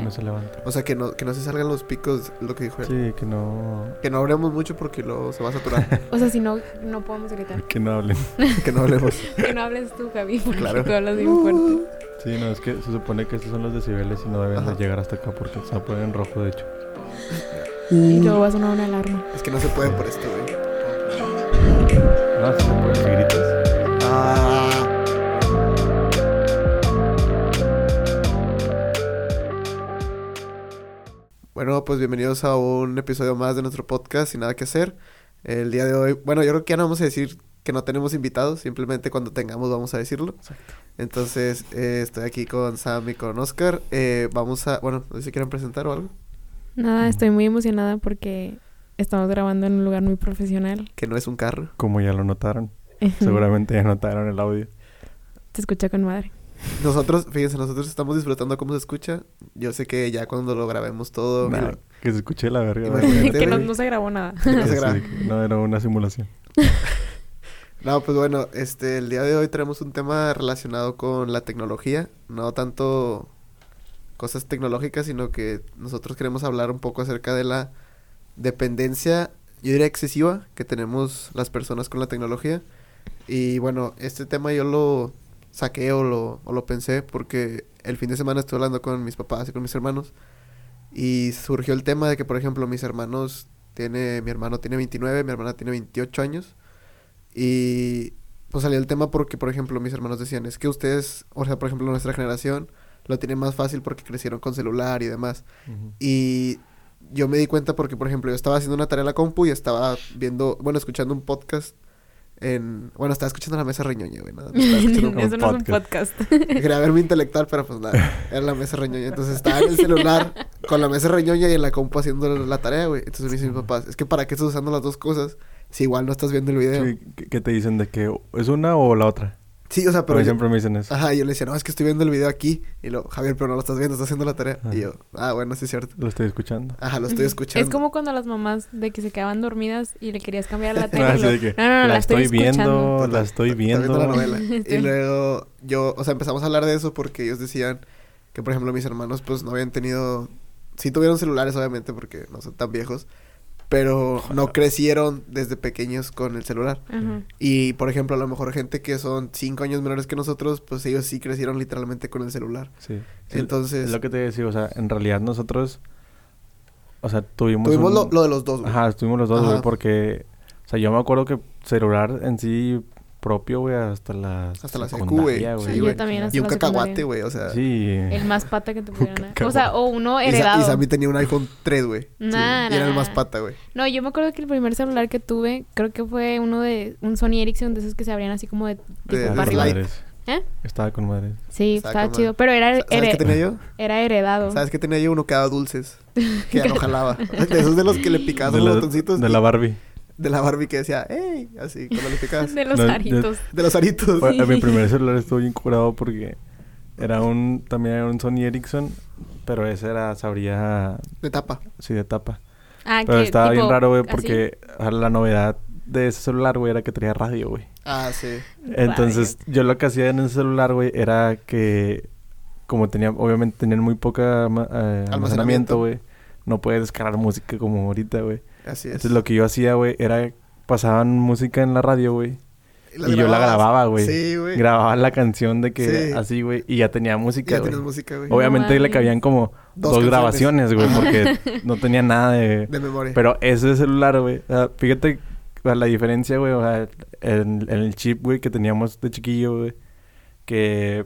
No se levanta. O sea, que no, que no se salgan los picos, lo que dijo él. Sí, que no. Que no hablemos mucho porque luego se va a saturar. O sea, si no, no podemos gritar. Que no hablen. que no hablemos. Que no hables tú, Javi, porque Claro. tú hablas bien fuerte. Sí, no, es que se supone que estos son los decibeles y no deben de Ajá. llegar hasta acá porque se va a poner en rojo, de hecho. Y luego va a sonar una alarma. Es que no se pueden por esto, güey. No, sí se pueden si gritas. Ah, Bueno, pues bienvenidos a un episodio más de nuestro podcast Sin Nada Que Hacer. El día de hoy, bueno, yo creo que ya no vamos a decir que no tenemos invitados, simplemente cuando tengamos vamos a decirlo. Entonces, eh, estoy aquí con Sam y con Oscar. Eh, vamos a, bueno, no sé si quieren presentar o algo. Nada, estoy muy emocionada porque estamos grabando en un lugar muy profesional. Que no es un carro. Como ya lo notaron. Seguramente ya notaron el audio. Se escucha con madre. Nosotros, fíjense, nosotros estamos disfrutando cómo se escucha. Yo sé que ya cuando lo grabemos todo... Nah, que se escuche la verga. Imagínate, que no, güey. no se grabó nada. que no Que se sí, graba. que no, era una simulación. No, pues bueno, este, el día de hoy traemos un tema relacionado con la tecnología, no tanto cosas tecnológicas, sino que nosotros queremos hablar un poco acerca de la dependencia, yo diría excesiva, que tenemos las personas con la tecnología. Y bueno, este tema yo lo saqué o lo, o lo pensé porque el fin de semana estuve hablando con mis papás y con mis hermanos y surgió el tema de que, por ejemplo, mis hermanos tiene, mi hermano tiene 29, mi hermana tiene 28 años. Y pues salió el tema porque, por ejemplo, mis hermanos decían, es que ustedes, o sea, por ejemplo, nuestra generación lo tiene más fácil porque crecieron con celular y demás. Ujú. Y yo me di cuenta porque, por ejemplo, yo estaba haciendo una tarea en la compu y estaba viendo, bueno, escuchando un podcast en... Bueno, estaba escuchando la mesa reñoña, güey, nada. estaba escuchando un Eso no es un podcast. Quería verme intelectual, pero pues nada, era la mesa reñoña. Entonces estaba en el celular con la mesa reñoña y en la compu haciendo la tarea, güey. Entonces me dicen mis papás, es que ¿para qué estás usando las dos cosas si igual no estás viendo el video? Sí, Sí, que- que te dicen de que es una o la otra. o sea, Pero pero... yo- Ah. siempre me dicen eso. Ajá, y yo le decía, no, es que estoy viendo el video aquí. Y lo, Javier, pero no lo estás viendo, estás haciendo la tarea. Ajá. Y yo, ah, bueno, sí es cierto. Lo estoy escuchando. Ajá, lo estoy escuchando. Es como cuando las mamás de que se quedaban dormidas y le querías cambiar Ah, la No, tele. así y de lo- que, No, no, no, la, estoy escuchando. viendo, la Total, estoy está- está viendo. Pues, la novela. Y Estoy- luego yo, o sea, empezamos a hablar de eso porque ellos decían que, por ejemplo, mis hermanos, pues no habían tenido. Sí tuvieron celulares, obviamente, porque no son tan viejos. Pero no crecieron desde pequeños con el celular. Ajá. Y, por ejemplo, a lo mejor gente que son cinco años menores que nosotros, pues ellos sí crecieron literalmente con el celular. Sí. Entonces- Es lo que te decía, o sea, en realidad nosotros. O sea, tuvimos. Tuvimos un- lo, lo de los dos, güey. Ajá, estuvimos los dos, Ajá. güey, porque. O sea, yo me acuerdo que celular en sí propio, güey, hasta la. Hasta la secu, güey. secundaria, Sí, güey. yo también hasta Y un la cacahuate, Ah, secundaria. güey, o sea. Sí. El más pata que te pudieran. Cacahuate. O sea, o uno Y Sa- heredado. Y Sammy tenía un iPhone 3, güey. Nah, Y era el nah. más pata, güey. No, yo me acuerdo que el primer celular que tuve, creo que fue uno de un Sony Ericsson de esos que se abrían así como de tipo De- para Estaba con arriba. slide. madres. ¿Eh? Estaba con madres. Sí, Estaba estaba con chido, madre. pero era Sa- ¿Sabes here- qué tenía yo? era heredado. ¿Sabes qué tenía yo? Uno que daba dulces. Que ya no jalaba. De esos de los que le picabas de los la, botoncitos. de y- la Barbie. de la Barbie que decía, ¡Ey! Así, cuando le picabas. De los No, de- aritos. De los aritos. Bueno, Mi primer celular estuvo bien curado porque era un. También era un Sony Ericsson, pero ese era. Sabría. De tapa. Sí, de tapa. Ah, Pero que estaba bien tipo, raro, güey, así. porque ah, la novedad de ese celular, güey, era que tenía radio, güey. Ah, sí. Entonces, yo lo que hacía en ese celular, güey, era que... Como tenía... Obviamente tenían muy poca ama- eh, Almacenamiento. almacenamiento, güey. No puedes descargar música como ahorita, güey. Así es. Entonces, lo que yo hacía, güey, era... Pasaban música en la radio, güey. Y yo la grababas. grababa, güey. Sí, güey. Grababa la canción de que... Sí. Así, güey. Y ya tenía Y ya música, güey. tienes música, güey. Obvia- Obviamente No le cabían como... Dos, Dos canciones. grabaciones, güey. Ajá. Porque no tenía nada de... De memoria. Pero ese celular, güey. o sea, fíjate la la diferencia, güey. O sea, en, en el chip, güey, que teníamos de chiquillo, güey. Que.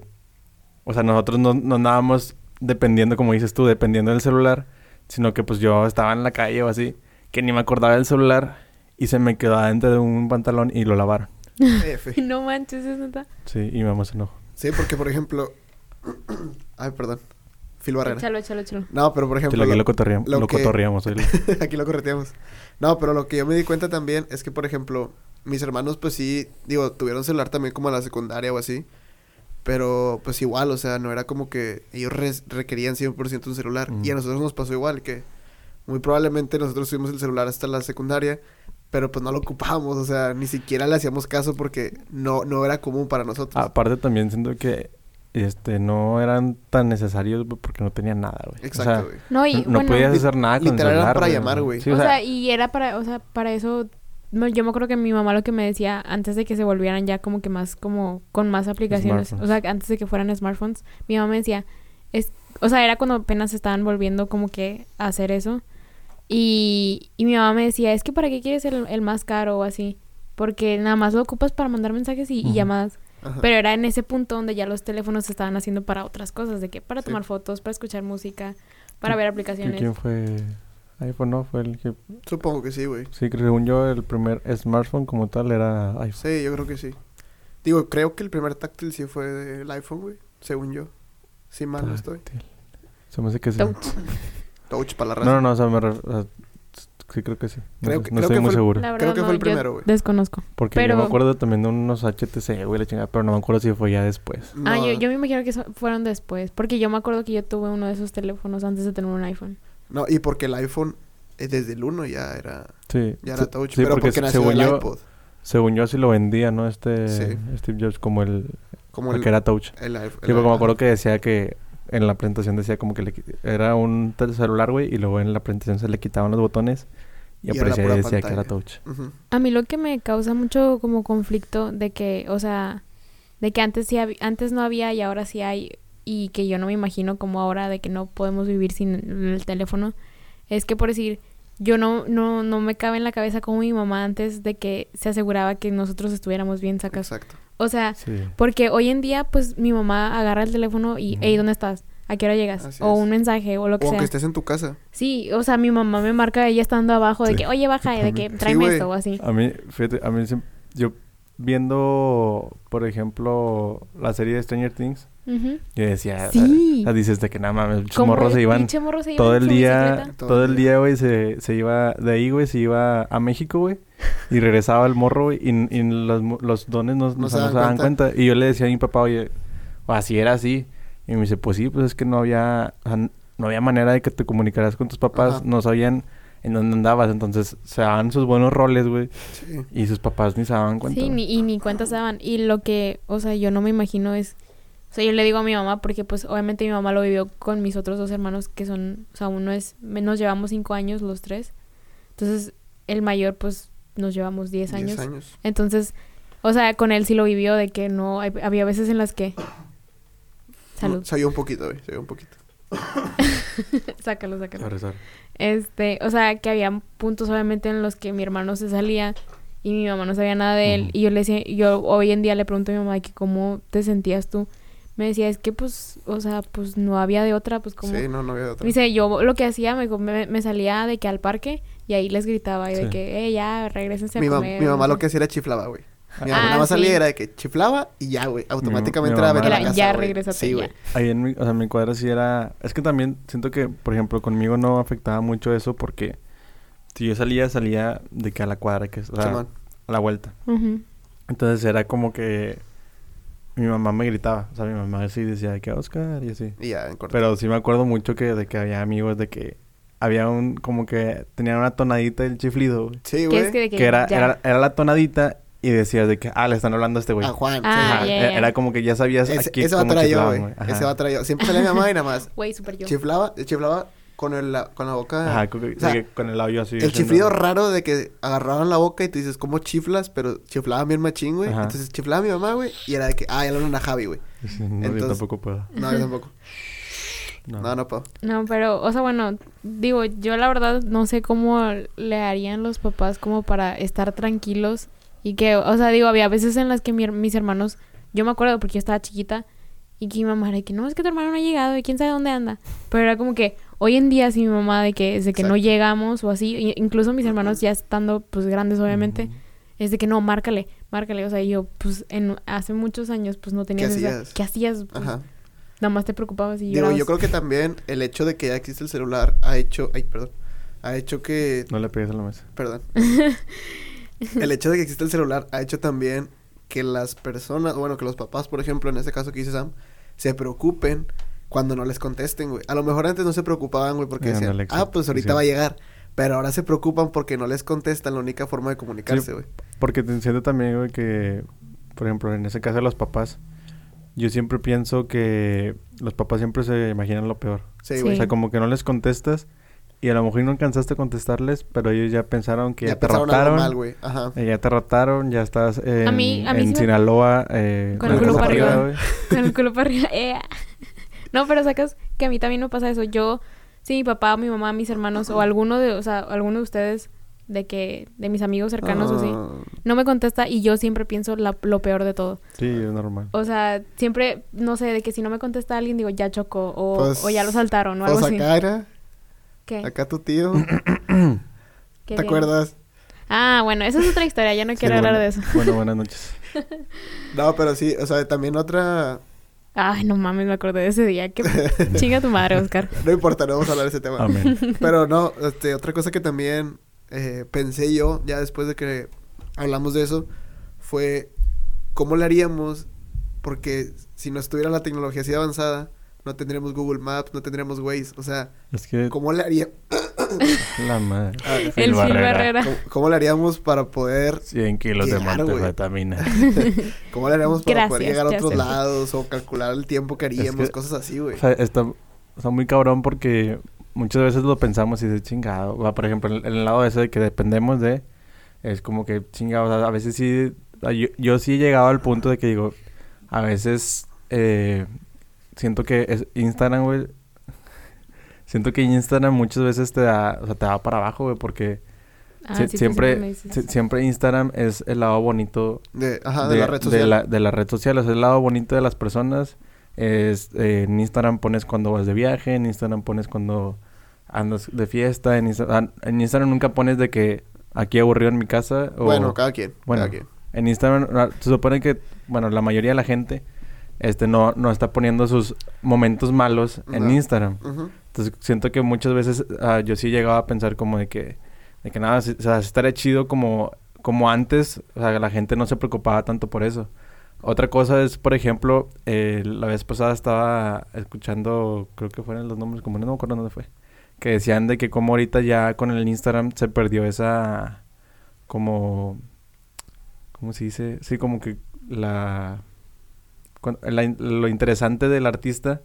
O sea, nosotros no, no andábamos dependiendo, como dices tú, dependiendo del celular. Sino que pues yo estaba en la calle o así. Que ni me acordaba del celular. Y se me quedó adentro de un pantalón y lo lavaron. F. No manches, es neta. Sí, y mi mamá se enojó. Sí, porque, por ejemplo... Ay, perdón. Phil Barrera. Échalo, échalo, échalo. No, pero, por Sí, ejemplo... lo, que lo- lo cotorreamos. lo Lo que- cotorreamos. oye. Aquí lo correteamos. No, pero lo que yo me di cuenta también es que, por ejemplo, mis hermanos, pues sí, digo, tuvieron celular también como a la secundaria o así. Pero pues igual, o sea, no era como que ellos res- requerían 100% un celular. Ujú. Y a nosotros nos pasó igual, que muy probablemente nosotros tuvimos el celular hasta la secundaria, pero pues no lo ocupábamos, o Ah, pues, sea, ni siquiera le hacíamos caso porque no, no era común para nosotros. Aparte también siento que este, no eran tan necesarios güey, porque no tenían nada, güey. Exacto, O güey. No, y sea, no bueno, podías hacer nada con el Literal era celular, para llamar, güey. Sí, o sea, y era para, o sea, para eso no, yo me acuerdo que mi mamá lo que me decía antes de que se volvieran ya como que más como con más aplicaciones, o sea, Smartphones. antes de que fueran smartphones, mi mamá me decía, es o sea, era cuando apenas estaban volviendo como que a hacer eso. Y, y mi mamá me decía, es que para qué quieres el, el más caro o así, porque nada más lo ocupas para mandar mensajes y, y Ujú. Ah. llamadas. Ajá. Pero era en ese punto donde ya los teléfonos se estaban haciendo para otras cosas, de que para Sí. tomar fotos, para escuchar música, para ver ¿Qui- aplicaciones. ¿Quién fue? iPhone no, fue el que... Supongo que sí, güey. Sí, creo- según yo, el primer smartphone como tal era iPhone. Sí, yo creo que sí. Digo, creo que el primer táctil sí fue del iPhone, güey. Según yo. Si mal Ah. no estoy. Táctil. Se me hace que sí. Touch. Touch para la raza. No, no, no, o sea, me ref- o sea, sí creo que sí. No, Creo sé- que- no creo estoy que muy fue el- seguro. La Creo verdad que fue el yo primero, güey. Desconozco. Porque yo pero- me acuerdo también de unos HTC, güey, la chingada, pero no me acuerdo si fue ya después. No, Ah, yo, yo me imagino que so- fueron después. Porque yo me acuerdo que yo tuve uno de esos teléfonos antes de tener un iPhone. no, y porque el iPhone eh, desde el 1 ya era, Sí. ya se- era Touch. sí, pero porque, se- nació según el yo, iPod. Según yo sí lo vendía, ¿no? Este Sí. Steve Jobs como el, Como el el, que era Touch. el iPhone. Sí, porque me acuerdo que decía que en la presentación decía como que le qui- era un tel- celular, güey, y luego en la presentación se le quitaban los botones y, Y era la aparecía pura y decía que pantalla. era Touch. Ujú. A mí lo que me causa mucho como conflicto de que, o sea, de que antes, sí hab- antes no había y ahora sí hay. Y que yo no me imagino como ahora de que no podemos vivir sin el teléfono. Es que por decir, yo no, no, no me cabe en la cabeza como mi mamá antes de que se aseguraba que nosotros estuviéramos bien sacas. Exacto. O sea, Sí. Porque hoy en día, pues, mi mamá agarra el teléfono y, Ujú. hey, ¿dónde estás? ¿A qué hora llegas? Así o es. un mensaje, o lo que O sea. aunque estés en tu casa. Sí, o sea, mi mamá me marca ella estando abajo de Sí. que, oye, baja, de que Totalmente. tráeme Sí, esto, güey. o así. A mí, fíjate, a mí siem- yo viendo, por ejemplo, la serie de Stranger Things, Ujú. yo decía, Sí. o sea, dices de que nada mames, los Como morros el se iban pinche morro se iba todo en el su día, bicicleta. todo el día, güey, se, se iba de ahí, güey, se iba a México, güey, y regresaba el morro, güey, y, y los, mo- los dones no, No o se sea, no dan se daban cuenta. Y yo le decía a mi papá, oye, o así era así. Y me dice, pues sí, pues es que no había, o sea, no había manera de que te comunicaras con tus papás, Ajá. no sabían en dónde andabas, entonces se daban sus buenos roles, güey. Sí. Y sus papás ni se daban cuenta. Sí, ni, y ni cuentas daban. Y lo que, o sea, yo no me imagino es... O sea, yo le digo a mi mamá porque, pues, obviamente mi mamá lo vivió con mis otros dos hermanos que son... O sea, uno es... Nos llevamos cinco años los tres. Entonces, el mayor, pues, nos llevamos diez Diez años. años. Entonces, o sea, con él sí lo vivió de que no, hay- había veces en las que... No, Salud, se oyó un poquito, güey. Se oyó un poquito. sácalo, sácalo. Regresar. Este, o sea, que había puntos obviamente en los que mi hermano se salía y mi mamá no sabía nada de él. Ujú. Y yo le decía, yo hoy en día le pregunto a mi mamá que cómo te sentías tú. Me decía, es que pues, o sea, pues no había de otra, pues como... Sí, no, no había otra. Dice, yo lo que hacía, me, me, me salía de que al parque y ahí les gritaba y de Sí. que, eh, ya, regresense a Mi, mam- comer. mi o mamá no lo que hacía era chiflaba, güey. Mi Ah, mamá nada más sí. salía era de que chiflaba y ya, güey. Automáticamente mi era mamá- ver a la Era, casa, "Ya, güey". regrésate, Sí, ya. güey. Ahí en mi, o sea, en mi cuadra sí era... Es que también siento que, por ejemplo, conmigo no afectaba mucho eso porque... Si yo salía, salía de que a la cuadra, que es o sea, Simón. a la vuelta. sé". Ujú. Entonces era como que... Mi mamá me gritaba. O sea, mi mamá sí decía de que Oscar y así. Y ya, en corto. Pero sí me acuerdo mucho que de que había amigos de que... Había un... Como que tenían una tonadita del chiflido, güey. sí, Que güey. es que de que Que era, ya. era, era la tonadita y decías de que... Ah, le están hablando a este güey. A Juan. sí. Ah, Ajá, ya, era- ya. Era como que ya sabías Ese, aquí ese va a cómo traer yo, chiflaban, güey. güey. Ese va a traer yo. Siempre salía mi mamá y nada más Güey, super yo. chiflaba, chiflaba con el, la- con la boca. Ajá, creo que- o sea, de que con Ah, el labio así. el haciendo- chiflido raro de que agarraban la boca y tú dices, ¿cómo chiflas? Pero chiflaba bien machín, güey. Ajá. Entonces chiflaba mi mamá, güey. Y era de que, ah, ya lo hablan a Javi, güey. Sí, no, yo Entonces- tampoco puedo. No, yo tampoco. No. No, no puedo. No, pero, o sea, bueno, digo, yo la verdad no sé cómo le harían los papás como para estar tranquilos y que, o sea, digo, había veces en las que mi her- mis hermanos, yo me acuerdo porque yo estaba chiquita y que mi mamá era de que no, es que tu hermano no ha llegado y quién sabe dónde anda. Pero era como que hoy en día sí mi mamá de que es de que no Exacto. llegamos o así, i- incluso mis hermanos ya estando pues grandes obviamente, Ujú. es de que no, márcale, márcale, o sea, y yo pues en hace muchos años pues no tenía hacías? ¿Qué hacías? Pues, Ajá. Nada más te preocupabas y Digo, llorabas. yo creo que también el hecho de que ya existe el celular ha hecho. Ay, perdón. Ha hecho que. No le pegues a la mesa. Perdón. el hecho de que existe el celular ha hecho también que las personas, bueno, que los papás, por ejemplo, en este caso que dice Sam, se preocupen cuando no les contesten, güey. A lo mejor antes no se preocupaban, güey, porque Eh, decían, ándale, ah, exacto, pues sí, ahorita sí. va a llegar. Pero ahora se preocupan porque no les contestan la única forma de comunicarse, güey. Porque te siento también, güey, que, por ejemplo, en ese caso de los papás, Yo siempre pienso que los papás siempre se imaginan lo peor. Sí, Sí. güey. O sea, como que no les contestas y a lo mejor no alcanzaste a contestarles, pero ellos ya pensaron que ya, Ya te pensaron algo mal, raptaron. güey. Ajá. eh, Ya te raptaron, ya estás en, mí- a mí en sí me- Sinaloa. eh, Con el nalgas culo para arriba, arriba. güey. Con el culo para arriba. ea. No, pero sacas que a mí también me pasa eso. Yo, si mi papá o mi mamá, mis hermanos o alguno de, o sea, alguno de ustedes de que de mis amigos cercanos o así, Ah, no me contesta y yo siempre pienso la- lo peor de todo. Sí, es normal. O sea, siempre no sé de que si no me contesta alguien digo ya chocó o, Pues- o ya lo saltaron o algo Pues así. acá era, ¿Qué? acá tu tío, ¿Qué ¿te tiene? acuerdas? Ah, bueno, esa es otra historia, ya no Sí, quiero hablar bueno. de eso. Bueno, buenas noches. No, pero sí, o sea, también otra... Ay, no mames, me acordé de ese día. Que chinga tu madre, Oscar. No importa, no vamos a hablar de ese tema. Amén. Pero no, este, otra cosa que también eh, pensé yo, ya después de que hablamos de eso, fue cómo le haríamos, porque si no estuviera la tecnología así de avanzada, no tendríamos Google Maps, no tendríamos Waze, o sea, Es que ¿cómo le, haría, la madre. Ah, El Phil Barrera. cómo, cómo le haríamos para poder, 100 kilos de Llegar, güey. metanfetamina. cómo le haríamos para poder Gracias, llegar a otros gracias. lados o calcular el tiempo que haríamos, que- cosas así, güey? O sea, está, está muy cabrón porque muchas veces lo pensamos y de chingado. va, por ejemplo, el, el lado de eso de que dependemos de... Es como que chingado. o sea, a veces sí... a- Yo, yo sí he llegado al punto de que digo... A veces... eh, siento que es- Instagram, güey... Siento que Instagram muchas veces te da... O sea, te da para abajo, güey, porque... Ah, sie- sí, tú me siempre... dices. sie- Siempre Instagram es el lado bonito de, ajá, Ah, de, la red social. de la, de la red social, o sea, el lado bonito de las personas. Es, eh, en Instagram pones cuando vas de viaje, en Instagram pones cuando andas de fiesta, en, Insta- ah, en Instagram nunca pones de que aquí aburrido en mi casa. O Bueno, cada quien, Bueno. cada quien. En Instagram ah, se supone que, bueno, la mayoría de la gente este, no, no está poniendo sus momentos malos en Ajá. Instagram. Ujú. Entonces siento que muchas veces ah, yo sí llegaba a pensar como de que, de que nada, si- o sea, estaría chido como, como antes, o sea, la gente no se preocupaba tanto por eso. Otra cosa es, por ejemplo, eh, la vez pasada estaba escuchando, creo que fueron los nombres comunes, no me acuerdo dónde fue, que decían de que como ahorita ya con el Instagram se perdió esa, como, ¿cómo se dice? Sí, como que la, cuan- la in- lo interesante del artista,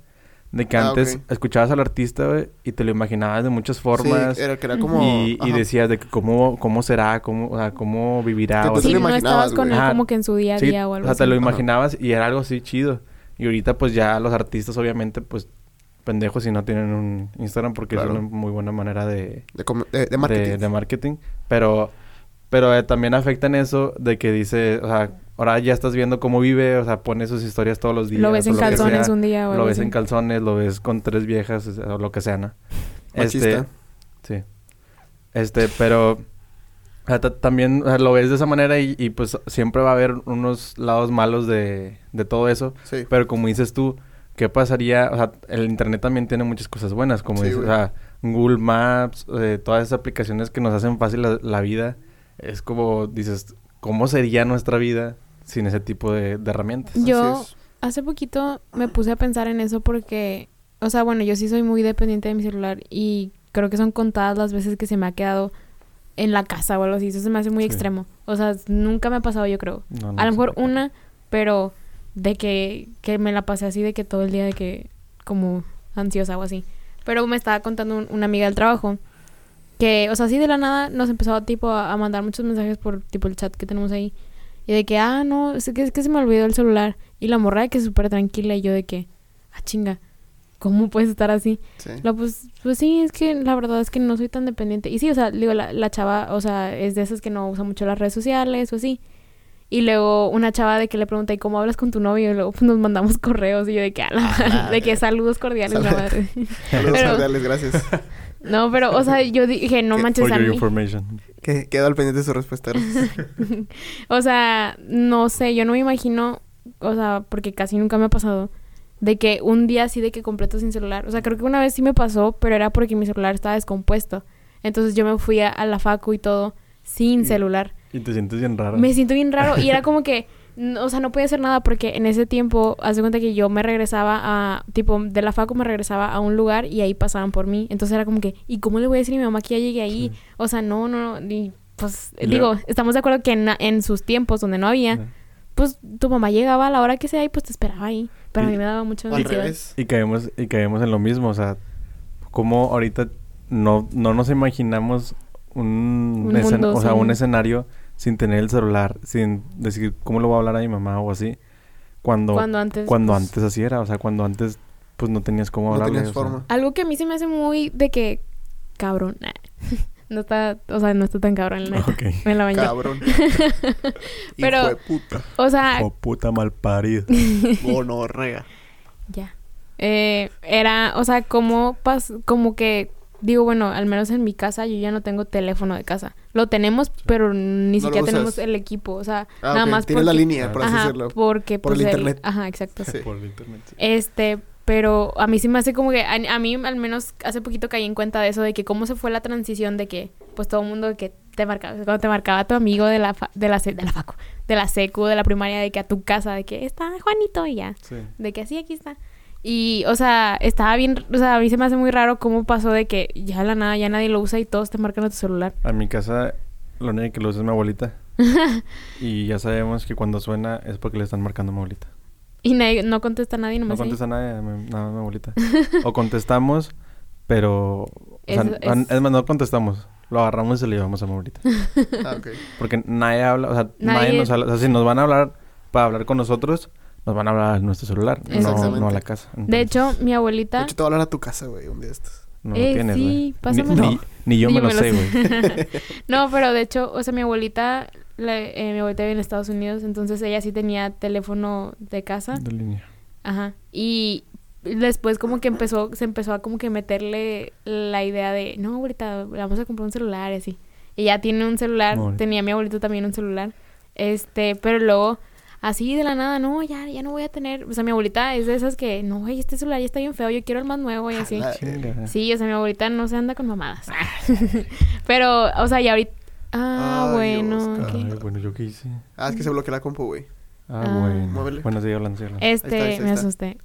de que Ah, antes ok. escuchabas al artista güey, y te lo imaginabas de muchas formas. Sí, era que era como... y, y ajá. decías de que cómo, cómo será, cómo, o sea, cómo vivirá. Que o tú te así. sí, lo no imaginabas, estabas con güey. él Ah, Ajá. como que en su día a Sí, día o algo o sea, te así. lo Ajá. imaginabas y era algo así chido. Y ahorita pues ya los artistas obviamente pues pendejos si no tienen un Instagram porque Claro. es una muy buena manera de, De, com- de- de de- marketing. de marketing. Pero, pero eh, también afecta en eso de que dice, o sea, ahora ya estás viendo cómo vive, o sea, pone sus historias todos los días. Lo ves o en que calzones sea. un día o algo Lo ves así. en calzones, lo ves con tres viejas, o sea, o lo que sea, ¿no? Machista. Este, sí. Este, pero o sea, ta- también o sea, lo ves de esa manera y, y, pues siempre va a haber unos lados malos de, de todo eso. Sí. Pero como dices tú, ¿qué pasaría? O sea, el internet también tiene muchas cosas buenas, como Sí, dices, o güey. sea, Google Maps, eh, todas esas aplicaciones que nos hacen fácil la, la vida. Es como, dices, ¿cómo sería nuestra vida sin ese tipo de, de herramientas? Así Yo es. hace poquito me puse a pensar en eso porque, o sea, bueno, yo sí soy muy dependiente de mi celular y creo que son contadas las veces que se me ha quedado en la casa o algo así. Eso se me hace muy Sí. extremo. O sea, nunca me ha pasado, yo creo. No, no A lo sé. mejor una, pero de que, que me la pasé así, de que todo el día de que como ansiosa o así. Pero me estaba contando un- una amiga del trabajo que, o sea, así de la nada nos empezó tipo a, a mandar muchos mensajes por tipo el chat que tenemos ahí. Y de que, ah, no, es que, es que se me olvidó el celular. Y la morra de que súper tranquila y yo de que, ah, chinga, ¿cómo puedes estar así? Sí. No, pues, pues sí, es que la verdad es que no soy tan dependiente. Y sí, o sea, digo, la, la chava, o sea, es de esas que no usa mucho las redes sociales o así. Y luego una chava de que le pregunta, ¿y cómo hablas con tu novio? Y luego pues, nos mandamos correos y yo de que, a la madre, madre. de que saludos cordiales, la Salud. madre. Saludos Pero- cordiales, gracias. No, pero, o sea, yo dije, no For manches For a your mí. information. Que, quedo al pendiente de su respuesta. gracias. O sea, no sé, yo no me imagino, o sea, porque casi nunca me ha pasado, de que un día así de que completo sin celular. O sea, creo que una vez sí me pasó, pero era porque mi celular estaba descompuesto. Entonces yo me fui a, a la facu y todo sin Y- celular. Y te sientes bien raro. Me siento bien raro y era como que, n- o sea, no podía hacer nada porque en ese tiempo, hace cuenta que yo me regresaba a, tipo, de la facu me regresaba a un lugar y ahí pasaban por mí. Entonces era como que, ¿y cómo le voy a decir a mi mamá que ya llegué ahí? Sí. O sea, no, no, no. Y, pues Y digo, luego- estamos de acuerdo que en, en sus tiempos donde no había, Ajá. pues tu mamá llegaba a la hora que sea y pues te esperaba ahí. Pero a Y- mí me daba mucho O al ansiedad. revés. Y caemos, y caemos en lo mismo, o sea, como ahorita no, no nos imaginamos un, Un escen- mundo o sea, sin- un escenario sin tener el celular, sin decir cómo lo voy a hablar a mi mamá o así. Cuando, cuando, Cuando antes. antes pues, así era, o sea, cuando antes pues no tenías cómo No hablarle. tenías o sea. forma. Algo que a mí se me hace muy de que. Cabrón. nah. no está. O sea, no está tan cabrón, la neta. Ok. Me la bañé. Cabrón. Pero- Hijo de puta. O sea, Oh, puta mal parido. Gonorrea. Ya. Eh, era, o sea, como, pas como que, digo, bueno, al menos en mi casa yo ya no tengo teléfono de casa. Lo tenemos, pero ni No lo siquiera usas. tenemos el equipo, o sea, Ah, nada ok, más Tienes porque... la línea, por así ajá, decirlo. porque... Por el pues, internet. Ajá, exacto. Sí. Por el internet. sí. Este, pero a mí sí me hace como que, a, a mí al menos hace poquito caí en cuenta de eso, de que cómo se fue la transición de que, pues todo el mundo de que te marcaba, cuando te marcaba tu amigo de la, fa- de la, se- de la facu, de la secu, de la primaria, de que a tu casa, de que está Juanito y ya. Sí. De que sí, aquí está. Y, o sea, estaba bien, o sea, a mí se me hace muy raro cómo pasó de que ya de la nada, ya nadie lo usa y todos te marcan a tu celular. A mi casa lo único que lo usa es mi abuelita. y ya sabemos que cuando suena es porque le están marcando a mi abuelita. Y nadie, no contesta nadie No nomás. ahí. contesta nadie, me- nada más mi abuelita. o contestamos, pero... o sea, Eso an- es... es- más, no contestamos. Lo agarramos y se lo llevamos a mi abuelita. Ah, ok. Porque nadie habla, o sea, nadie, Nadie- nos habla. O sea, si nos van a hablar para hablar con nosotros, nos van a hablar a nuestro celular, no, Exactamente. no a la casa. Entonces, De hecho, mi De abuelita... hecho, te voy a hablar a tu casa, güey, un día de estos. no lo eh, tienes, sí, güey. ni, pásamelo. ni, ni yo Ni me lo sé, güey. no, pero de hecho, o sea, mi abuelita, la- eh, mi abuelita vive en Estados Unidos, entonces ella sí tenía teléfono de casa. De línea. Ajá. Y después como que empezó, se empezó a como que meterle la idea de, no, ahorita vamos a comprar un celular y así. Ella tiene un celular, Muy bien. tenía mi abuelito también un celular. Este, pero luego, así de la nada, no, ya, ya no voy a tener. O sea, mi abuelita es de esas que, no, güey, este celular ya está bien feo, yo quiero el más nuevo y así. Ah, Jala. Chinga. Sí, o sea, mi abuelita no se anda con mamadas. pero, o sea, ya ahorita. Ah, Ay, bueno. Oscar. ok. Ay, bueno, ¿yo qué hice? Ah, es que se bloqueó la compu, güey. Ah, Ah. bueno. Muévele. Bueno, sigue hablando, sigue hablando. Este, Ahí está, ahí está, me ahí está. asusté.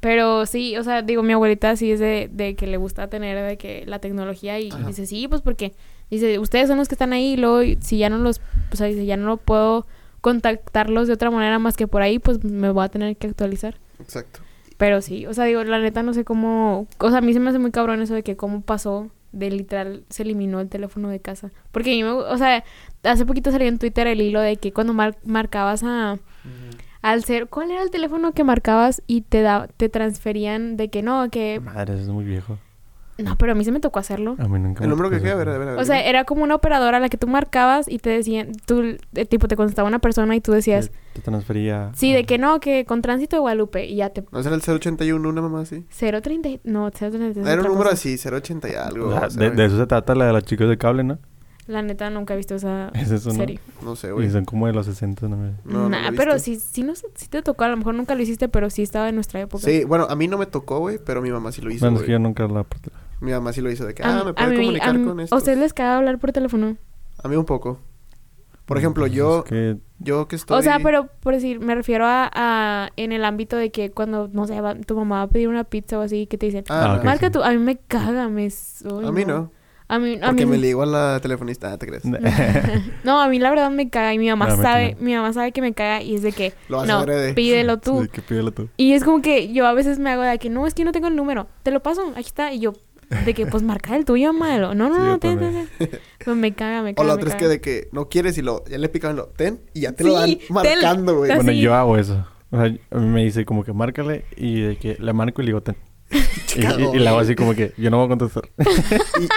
Pero sí, o sea, digo, mi abuelita sí es de, de que le gusta tener de que la tecnología y Ajá. dice, sí, pues porque, dice, ustedes son los que están ahí y luego y si ya no los, o sea, dice, ya no lo puedo contactarlos de otra manera más que por ahí, pues me voy a tener que actualizar. Exacto. Pero sí, o sea, digo, la neta no sé cómo, o sea, a mí se me hace muy cabrón eso de que cómo pasó de literal se eliminó el teléfono de casa. Porque a mí me, o sea, hace poquito salió en Twitter el hilo de que cuando mar- marcabas a al ser, ¿cuál era el teléfono que marcabas y te da, te transferían de que no, que Madre, eso es muy viejo. Eh, no, pero a mí se me tocó hacerlo. A mí nunca El me número que tocó queda, a eso. ver, a ver, a ver. O sea, eh, era como una operadora a la que tú marcabas y te decían, tú eh, tipo te contestaba una persona y tú decías, Te- Te transfería. sí, de que no, que con tránsito de Guadalupe y ya te ¿No será el 081, una mamá así? 030, no, 030. es Era un otra número cosa. Ah, así, 080 y algo. O sea, o sea, de, de eso se trata la de las chicas de cable, ¿no? La neta nunca he visto esa Es eso, ¿no? serie. No sé, Y Eh, güey. son como de los 60, ¿no? me- No, no lo Nah, he pero visto. sí, sí, no, sé, sí te tocó, a lo mejor nunca lo hiciste, pero sí estaba en nuestra época. Sí, bueno, a mí no me tocó, güey, pero mi mamá sí lo hizo, Bueno, es güey. que yo nunca la... Mi mamá sí lo hizo de que, A ah, mí- me a puedo mí- comunicar a mí- con ¿A esto. ustedes les caga hablar por teléfono? A mí un poco. Mm, Por ejemplo, yo, Es que... yo que estoy... pues O sea, pero por decir, me refiero a, a- en el ámbito de que cuando, no sé, va- tu mamá va a pedir una pizza o así, que te dicen, Ah, Ah, ok. no. marca tú, a mí me caga, me... s- ay, A mí no, A mí, a porque mí- me ligo a la telefonista, ah, ¿te crees? No, a mí la verdad me caga y mi mamá No, a mí sabe, también. mi mamá sabe que me caga y es de que, Lo vas a no, ver pídelo tú. Sí, que pídelo tú. Y es como que yo a veces me hago de que, no, es que no tengo el número, te lo paso, aquí está, y yo... De que, pues, marca el tuyo, malo. No, no, Sí, yo no, ten, ten, también. ten. Pues me caga, me O caga. la me otra es que caga. de que no quieres y lo, ya le pican lo ten y ya te lo Sí, dan ten. marcando, güey. Así. Bueno, yo hago eso. O sea, a mí me dice como que márcale y de que le marco y le digo ten. Y, y, y la hago así como que yo no voy a contestar.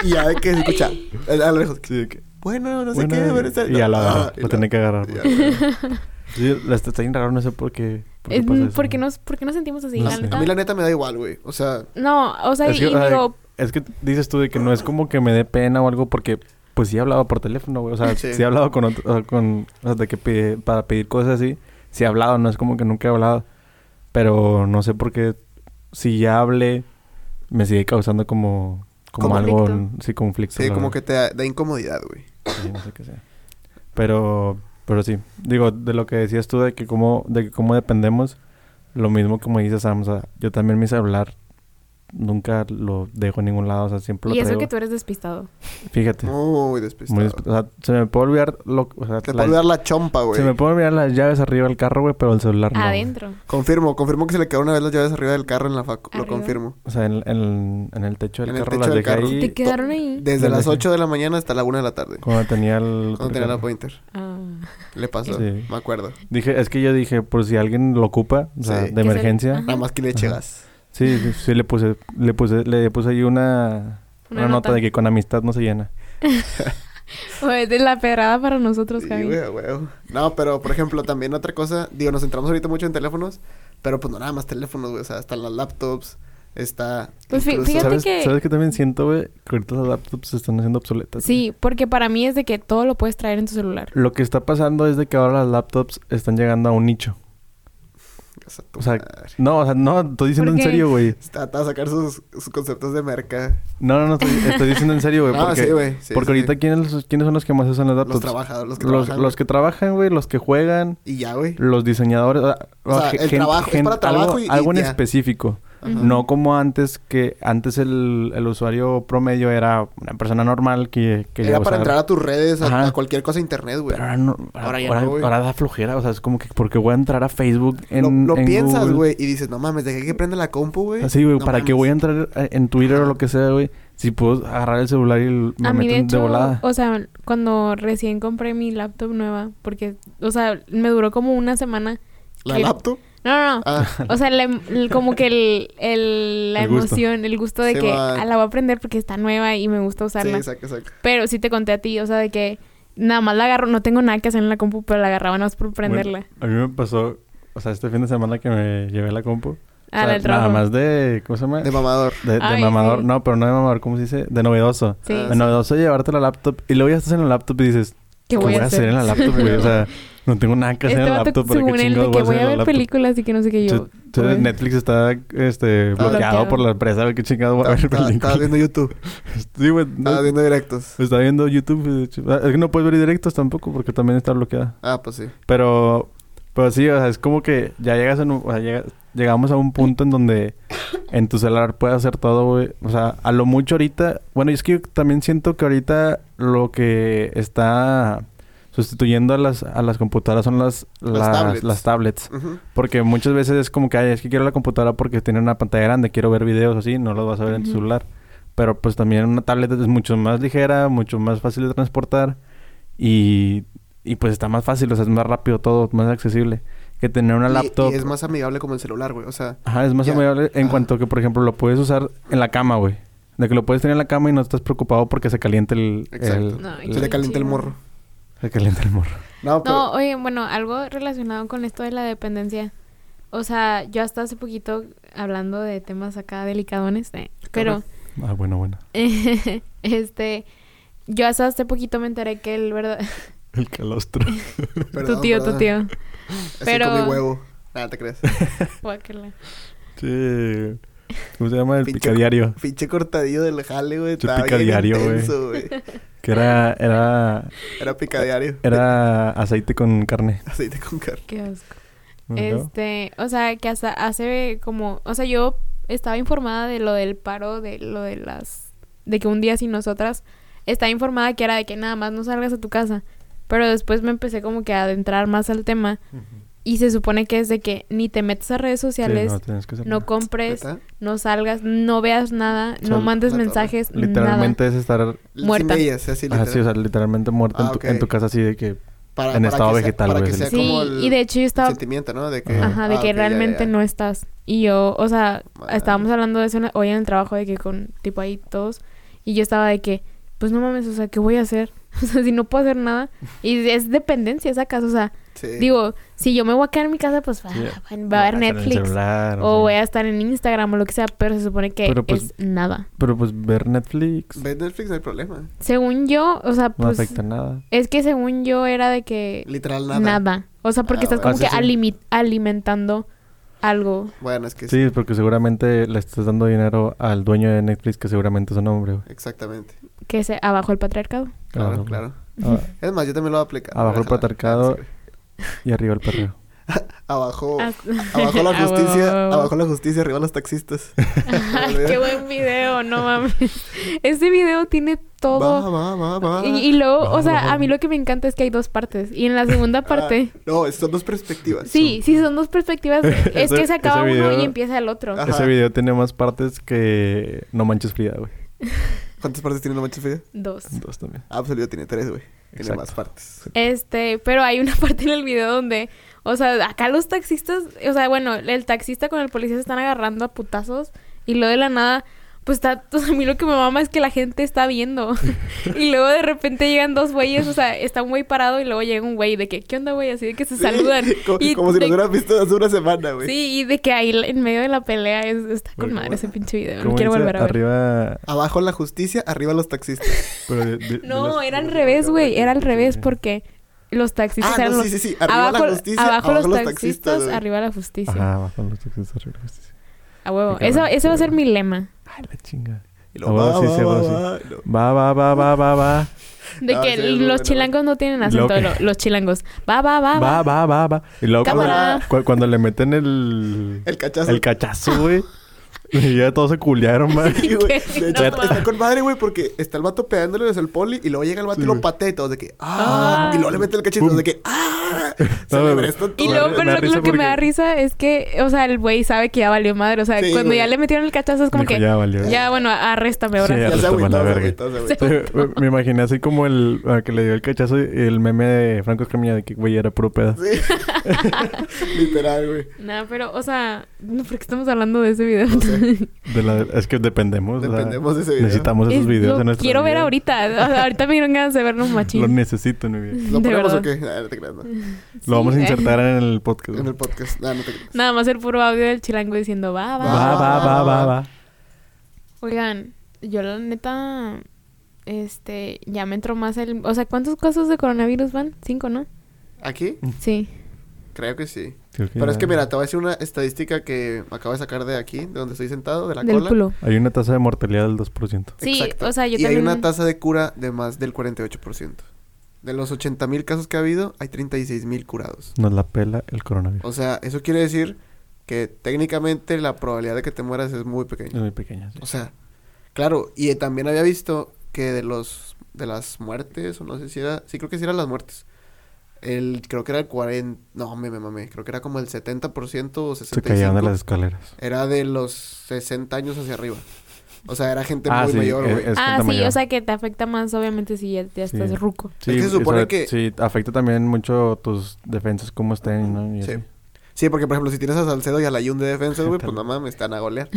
Y, y ya de que se escucha a lo lejos. Sí, de que... Bueno, no sé bueno, qué. y- bueno, está- y ya lo agarro. Ah, y Lo tenía que agarrar. ya, pues. güey. Sí, la- está está bien raro, no sé por qué. ¿Por qué Es- pasa eso? ¿Por qué nos, por qué nos sentimos así? No la sé. neta? A mí la neta me da igual, güey. O sea, No, o sea, Es que, y o sea, digo, Es que dices tú de que no es como que me dé pena o algo porque... Pues sí he hablado por teléfono, güey. O sea, Sí. sí, he hablado con... otro- o sea, con o sea, de que pide- para pedir cosas así. Sí he hablado, no es como que nunca he hablado. Pero no sé por qué... Si ya hablé... Me sigue causando como... Como algo... Conflicto. Sí, conflicto. sí, la como verdad. que te da, da incomodidad, güey. Sí, no sé qué sea. Pero... Pero sí. Digo, de lo que decías tú de que cómo... De que cómo dependemos... Lo mismo como dices Sam. O sea, yo también mi celular... nunca lo dejo en ningún lado, o sea, siempre lo Y eso traigo. que tú eres despistado. Fíjate. Muy despistado. Muy desp- o sea, se me puede olvidar lo, o sea, Te la- puede olvidar la chompa, güey. se me puede olvidar las llaves arriba del carro, güey, pero el celular no. güey. Adentro. Confirmo, confirmo que se le quedaron una vez las llaves arriba del carro en la facu. Lo Arriba. confirmo. O sea, en, en- en el techo del En el carro techo las del dejé carro. ahí ¿Te quedaron ahí? Desde Lo las dejé. 8 de la mañana hasta la 1 de la tarde. cuando tenía el... Cuando tenía la pointer. Ah. Le pasó. Sí. Me acuerdo. Dije, es que yo dije, por si alguien lo ocupa, o sea, de Sí. Que se- emergencia. Ajá. Nada más que le eche Ajá. gas. Sí, sí, sí, le puse, le puse, le puse ahí una, una, Una nota nota. de que con amistad no se llena. O es de la perrada para nosotros, Sí, Javi. güey, a huevo. No, pero por ejemplo, también otra cosa, digo, nos centramos ahorita mucho en teléfonos, pero pues no nada más teléfonos, güey, o sea, están las laptops, está Pues fí- incluso- Fíjate ¿Sabes, que- ¿Sabes qué también siento, güey? Que ahorita las laptops se están haciendo obsoletas. güey. Sí, porque para mí es de que todo lo puedes traer en tu celular. Lo que está pasando es de que ahora las laptops están llegando a un nicho. O sea, tu O sea, madre. no, o sea, no, estoy diciendo en qué? serio, güey. Está, te va a sacar sus, sus conceptos de merca. No, no, no, estoy, estoy diciendo en serio, güey. No, porque sí, güey, sí, porque sí, ahorita, sí. ¿quiénes, ¿quiénes son los que más usan las los laptops? trabajadores, los que los, trabajan. los que trabajan, güey, los que juegan, Y ya, güey. los diseñadores. O sea, O sea, el gen- trabajo, es gen- para trabajo algo, y- y algo en ya. específico. Ajá. No como antes, que antes el, el usuario promedio era una persona normal que... que Era para usaba- entrar a tus redes, a, Ajá. a cualquier cosa de internet, güey. Pero ahora, no, ahora, Ahora ya ahora- no, güey. ahora da flojera. O sea, es como que porque voy a entrar a Facebook Lo, en lo en piensas, Google. güey, y dices, no mames, dejé que prenda la compu, güey. Así, güey. No ¿Para qué mames. voy a entrar eh, en Twitter o lo que sea, güey? Si puedo agarrar el celular y el- me a mí, meto de de, hecho, volada. o sea, cuando recién compré mi laptop nueva, porque, o sea, me duró como una semana. ¿La que- laptop? No, no, no. Ah, O sea, la em- el- como que el, el- la El gusto. emoción, el gusto de Sí, que va. "Ah, la voy a aprender porque está nueva y me gusta usarla. sí, saca, saca. pero sí te conté a ti, o sea, de que nada más la agarro, no tengo nada que hacer en la compu, pero la agarraba nada más por prenderla. Bueno, a mí me pasó... O sea, este fin de semana que me llevé la compu. Ah, o la sea, del nada trabajo. más de... ¿Cómo se llama? De De, mamador. de Ay, mamador. sí. No, pero no de mamador. ¿Cómo se dice? De novedoso. Sí, Ah, De novedoso llevarte la laptop. Y luego ya estás en la laptop y dices... ¿qué voy, a hacer? en la laptop, güey? O sea, no tengo nada que hacer este en la vato, laptop. ¿Para según qué él, chingados voy de a que hacer voy en a la ver laptop? películas y que no sé qué yo. pues. Entonces, güey. Netflix está este, bloqueado, Bloqueado. por la empresa, güey, qué chingado va a ver Estaba estaba películas. viendo YouTube, Sí, güey. no- estaba viendo directos. Está viendo YouTube. güey, de hecho. Ah, Es que no puedes ver directos tampoco porque también está bloqueada. Ah, pues sí. Pero, pero sí, o sea, es como que ya llegas en un- o sea, llega- llegamos a un punto en donde en tu celular puedes hacer todo, güey. O sea, a lo mucho ahorita... Bueno, es que yo también siento que ahorita lo que está sustituyendo a las, a las computadoras son las, Las las- tablets. Las tablets. Ujú. Porque muchas veces es como que, ay, es que quiero la computadora porque tiene una pantalla grande, quiero ver videos así, no los vas a ver en tu Ujú. celular. Pero pues también una tableta es mucho más ligera, mucho más fácil de transportar y, y pues está más fácil, o sea, es más rápido todo, más accesible que tener una Y- laptop. Ah, Y, es más amigable como el celular, güey. O sea, Ajá, es más Ya. amigable en Ajá. cuanto que, por ejemplo, lo puedes usar en la cama, güey. De que lo puedes tener en la cama y no estás preocupado porque se caliente el... Exacto. el- Ay, se le qué calienta el chido. morro. se calienta el morro. No, pero No, oye, bueno, algo relacionado con esto de la dependencia. O sea, yo hasta hace poquito, hablando de temas acá delicadones, eh, pero, Ah, bueno, bueno. este, yo hasta hace poquito me enteré que el verdad... El calostro. perdón, tu tío, perdón. tu tío. Es que pero- comí huevo. Nada, te crees. Guácala. sí. ¿Cómo se llama? El Pinche- picadiario. Pinche cortadillo del jale, güey. Yo Estaba pica bien diario, güey. intenso, güey. Que era, era, Era picadiario. era aceite con carne. Aceite con carne. Qué asco. ¿no? Este, o sea, que hasta hace como... O sea, yo estaba informada de lo del paro, de lo de las... De que un día sin nosotras, estaba informada que era de que nada más no salgas a tu casa. Pero después me empecé como que a adentrar más al tema. Y se supone que es de que ni te metas a redes Sí, sociales, no, tienes que hacer no, nada. compres, ¿Neta? no salgas, no veas nada, O sea, no mandes la torre. mensajes, Literalmente es estar... Muerta. Sin ellas, así Ajá, literal. Ah, sí, o sea, literalmente muerta en, Ah, tu, ok. en tu casa así de que... para, en para estado que sea- vegetal, Para güey, que es sea el- nada. Sí, como el y de hecho yo estaba, sentimiento, ¿no? De que, ajá, de ah, que ok, ya, realmente ya, ya. no estás. Y yo, o sea, Madre. estábamos hablando de eso en- hoy en el trabajo de que con tipo ahí todos y yo estaba de que, pues no mames, o sea, ¿qué voy a hacer? O sea, si no puedo hacer nada. Y es dependencia esa casa, o sea, Sí. digo, si yo me voy a quedar en mi casa, pues va, Sí. va a estar haber en el Netflix. celular, O sí. voy a estar en Instagram o lo que sea, pero se supone que Pero, pues, es nada. Pero pues ver Netflix Ve Netflix no hay problema. Según yo, o sea, no pues afecta nada. es que según yo era de que Literal nada. nada. O sea, porque Ah, estás bueno. como que Ah, sí, sí. alimi- alimentando algo. Bueno, es que sí. Sí, es porque seguramente le estás dando dinero al dueño de Netflix que seguramente es un hombre, güey. Exactamente. Ah, que se abajo el patriarcado. Claro, Abajo- claro. ah, Es más, yo también lo voy a aplicar. Abajo el Déjala. patriarcado. Sí, güey. y arriba el perreo. abajo, Ah, abajo la ah, huevo, justicia, huevo. abajo la justicia, arriba los taxistas. Ay, qué buen video, no mames. Este video tiene Va, todo. va, va, va. Y, y luego, o sea, Vamos. a mí lo que me encanta es que hay dos partes. Y en la segunda Ah, parte, no, son dos perspectivas. sí, sí, son dos perspectivas. es Ese- que se acaba ese uno video- y empieza el otro. Ah. Ajá. Ese video tiene más partes que No Manches Frida, güey. ¿Cuántas partes tiene la mancha fría? Dos. Dos también. Ah, pues el video tiene tres, güey. Tiene Exacto. más partes. Este, pero hay una parte en el video donde, o sea, acá los taxistas, o sea, bueno, el taxista con el policía se están agarrando a putazos y luego de la nada, pues está, o sea, a mí lo que me mama es que la gente está viendo. y luego de repente llegan dos güeyes, o sea, está un güey parado y luego llega un güey de que, ¿qué onda, güey? Así de que se saludan. como, y como si de- los hubieran visto hace una semana, güey. Sí, y de que ahí en medio de la pelea es- está con Güey, madre ¿cómo- ese pinche video. No ¿Cómo quiero dice? volver a ver. Arriba... Abajo la justicia, arriba los taxistas. pero de- de- de No, las- era al de- revés, güey. Era al revés Sí. porque los taxistas ah, eran no, los sí, sí, sí. Arriba abajo, la justicia, abajo los taxistas, güey. arriba la justicia. Ajá, abajo los taxistas, arriba la justicia. A huevo. Qué Eso, cabrón, ese va a qué ser mi lema. Ay, la chinga. Y luego, Ah, va, sí, va, sí, va, sí. va, y luego- Va, va, va, va, va, va. De Ah, que sí, es muy los bueno. chilangos no tienen acento, Lo- lo- los chilangos. Va, va, va, Ah, va. Va, va, va, va. Y luego cuando, Cámara. cu- cuando le meten el... El cachazo. El cachazo, güey. y ya todos se culiaron, man. Sí, güey. ¿Qué? De hecho, No mames. está con madre, güey, porque está el vato pegándoles el poli y luego llega el vato Sí, y lo güey. patea y todos de que ¡ah! Ah. Y luego le mete el cachito Pum. de que ¡ah! No, Se güey. le esto Y Me luego, da- pero me da lo, lo risa que me porque- da risa es que, o sea, el güey sabe que ya valió madre. O sea, Sí, cuando güey. ya le metieron el cachazo es como Dijo, que, ya valió. ya, bueno, arréstame ahora. Sí, Ya Ya se se toma agüitó, la se verga. agüitó, se agüitó. Sí, me- me imaginé así como el al que le dio el cachazo el meme de Franco Escamilla de que güey era puro pedo. Sí. Literal, güey. No, pero, o sea, no, ¿por qué estamos hablando de ese video? No sé. De la- es que dependemos. o sea, Dependemos de ese video. Necesitamos Es- esos videos lo en nuestra quiero ver vida. ahorita. O sea, ahorita me dieron ganas de vernos machín. Lo necesito en mi vida. ¿Lo De ponemos o verdad. qué? Ah, no te creas, no. En Sí, Lo vamos a eh. insertar en el podcast. el podcast. Ah, no te creas. Nada más el puro audio del chilango diciendo, va, va, Va, va, va, va, va. Oigan, yo la neta, este, ya me entró más el... O sea, ¿cuántos casos de coronavirus van? Cinco, ¿no? ¿Aquí? Sí. Creo que sí. Creo que Pero es ya- que mira, te voy a decir una estadística que acabo de sacar de aquí, de donde estoy sentado, de la Del cola. culo. Hay una tasa de mortalidad del 2%. Sí, Exacto. o sea, yo y también... hay una tasa de cura de más del 48%. De los 80.000 casos que ha habido, hay 36.000 curados. Nos la pela el coronavirus. O sea, eso quiere decir que técnicamente la probabilidad de que te mueras es muy pequeña. Es muy pequeña. sí. O sea, claro, y eh, también había visto que de los de las muertes o no sé si era, sí creo que sí eran las muertes. El creo que era el 40, no, me me mamé, creo que era como el 70% o 65. Se caían de las escaleras. Era de los 60 años hacia arriba. O sea, era gente Ah, muy sí, mayor, eh, güey. es ah, gente sí, mayor. o sea, que te afecta más, obviamente, si ya, ya estás Sí. ruco. Es que se y supone sobre- que- Sí, afecta también mucho tus defensas, cómo estén, ¿no? Y Sí. así. Sí, porque por ejemplo, si tienes a Salcedo y a la Yun de defensa, güey, pues no mames, están a golear.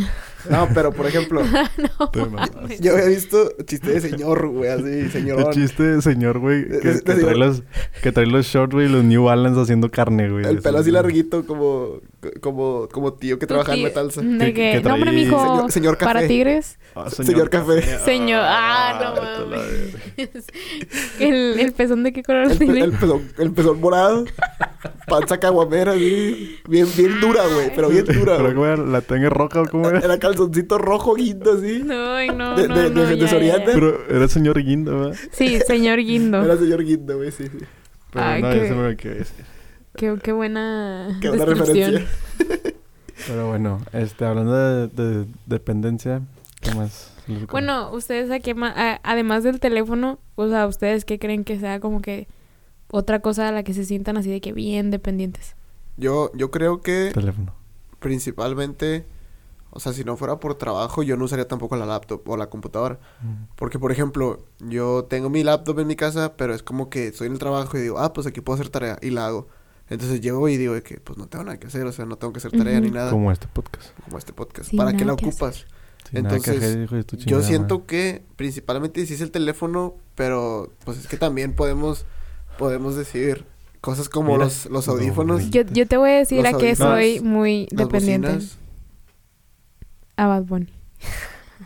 No, pero por ejemplo, no, Te mamaste. mames. yo había visto chiste de señor, güey, así, El señorón. chiste de señor, güey, Es- que, es- que es- trae los, que trae los shorts, güey, y los New Balance haciendo carne, güey. El pelo así güey. larguito como, como, como tío que Tu trabaja en tío- Mm. Metalsa. De Que- que, que no, hombre, traí- mijo, Señor- señor café. para tigres. Ah, Señor Café. Señor, ah, no vete a la mames. verga. el, el pezón de qué color El, tiene. pe- el pezón, el pezón morado, panza caguamera, así, bien, bien dura, güey, pero bien dura, Creo que güey. güey, la tenga roja o cómo era. Era calzoncito rojo guindo, así. No, ay, no, de- no, de- no, de- ya, ya, desoriente. ya. Pero era señor Guindo, ¿verdad? Sí, señor Guindo. Era señor guindo, güey, sí, sí. Pero Ay, no, qué- ya se me olvidó qué es. Qué, qué buena Qué buena descripción. referencia. Pero bueno, este, hablando de, de dependencia, ¿qué más? Les- Bueno, ustedes a qué ma- a- además del teléfono, o sea, ustedes qué creen que sea como que otra cosa a la que se sientan así de que bien dependientes. Yo, yo creo que Teléfono. principalmente, o sea, si no fuera por trabajo, yo no usaría tampoco la laptop o la computadora. Mm. Porque, por ejemplo, yo tengo mi laptop en mi casa, pero es como que estoy en el trabajo y digo, ah, pues aquí puedo hacer tarea y la hago. Entonces llego y digo de que, pues no tengo nada que hacer, o sea, no tengo que hacer tarea ni Ujú. nada, como, Como este podcast. este podcast. Sí, ¿Para qué la nada que ocupas? Sí, nada que Entonces, hacer, hijo de tu Yo chingada siento madre. que principalmente sí es el teléfono, pero pues es que también podemos, podemos decir cosas como Mira, los, los no, audífonos, güey. Yo, yo te voy a decir Los a qué audífonos, soy muy las dependiente. bocinas. A Bad Bunny.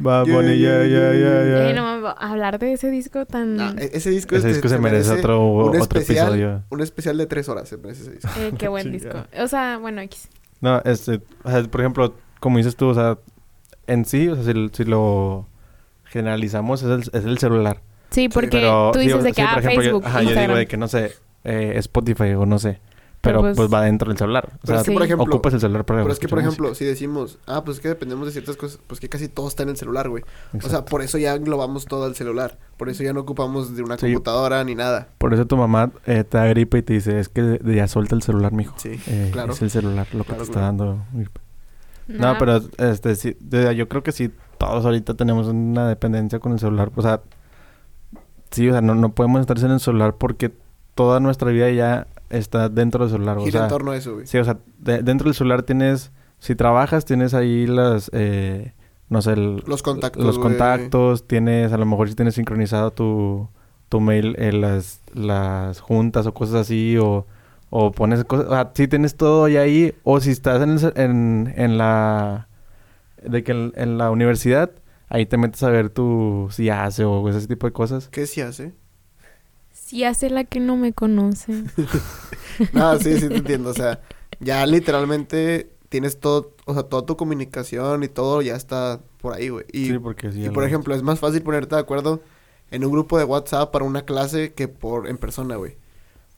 Va, Yeah, Bonnie, ya, yeah, ya, yeah, ya, ya. Eh, no, hablar de ese disco tan... eh, Ah, e- ese disco, Ese este- disco se merece otro, un otro especial, episodio. Un especial de tres horas se merece ese disco. eh, qué buen disco. Chingada. O sea, bueno, X. No, este, o sea, por ejemplo, como dices tú, o sea, en sí, o sea, si, si lo generalizamos, es el, es el celular. Sí, porque Pero tú sí, dices o- de que, sí, por ah, ejemplo, yo- Facebook, ajá, yo Instagram. digo de que, no sé, eh, Spotify o no sé, pero pues- pues, va dentro del celular. O Pero sea, es que, por sí. ejemplo, ocupas el celular para pero es que, por escuchar ejemplo, si decimos, ah, pues es que dependemos de ciertas cosas, pues que casi todo está en el celular, güey. música. O sea, por eso ya englobamos todo al celular. Por eso ya no ocupamos de una Sí. computadora ni nada. Por eso tu mamá eh, te da gripe y te dice, es que de- ya suelta el celular, mijo. Sí, Eh, claro. Es el celular lo que Claro, te está claro. dando gripe. Nah, No, pero este, sí, de- yo creo que sí, todos ahorita tenemos una dependencia con el celular. O sea, sí, o sea, no, no podemos estar sin el celular porque toda nuestra vida ya está dentro del celular. O Gira sea, en torno a eso, güey. Sí, o sea, de- dentro del celular tienes, si trabajas, tienes ahí las, eh, no sé, el- Los contactos, los güey. contactos, tienes, a lo mejor si tienes sincronizado tu, tu mail en las, las juntas o cosas así, o, o pones cosas, o sea, si tienes todo ya ahí, o si estás en, el ce- en, en la, de que en, en la universidad, ahí te metes a ver tu, si hace o ese tipo de cosas. ¿Qué eh? se hace? Si hace la que no me conoce. No, Ah, sí, sí te entiendo. O sea, ya literalmente tienes todo, o sea, toda tu comunicación y todo ya está por ahí, güey. Y, porque y, por ejemplo, es más fácil ponerte de acuerdo en un grupo de WhatsApp para una clase que por en persona, güey.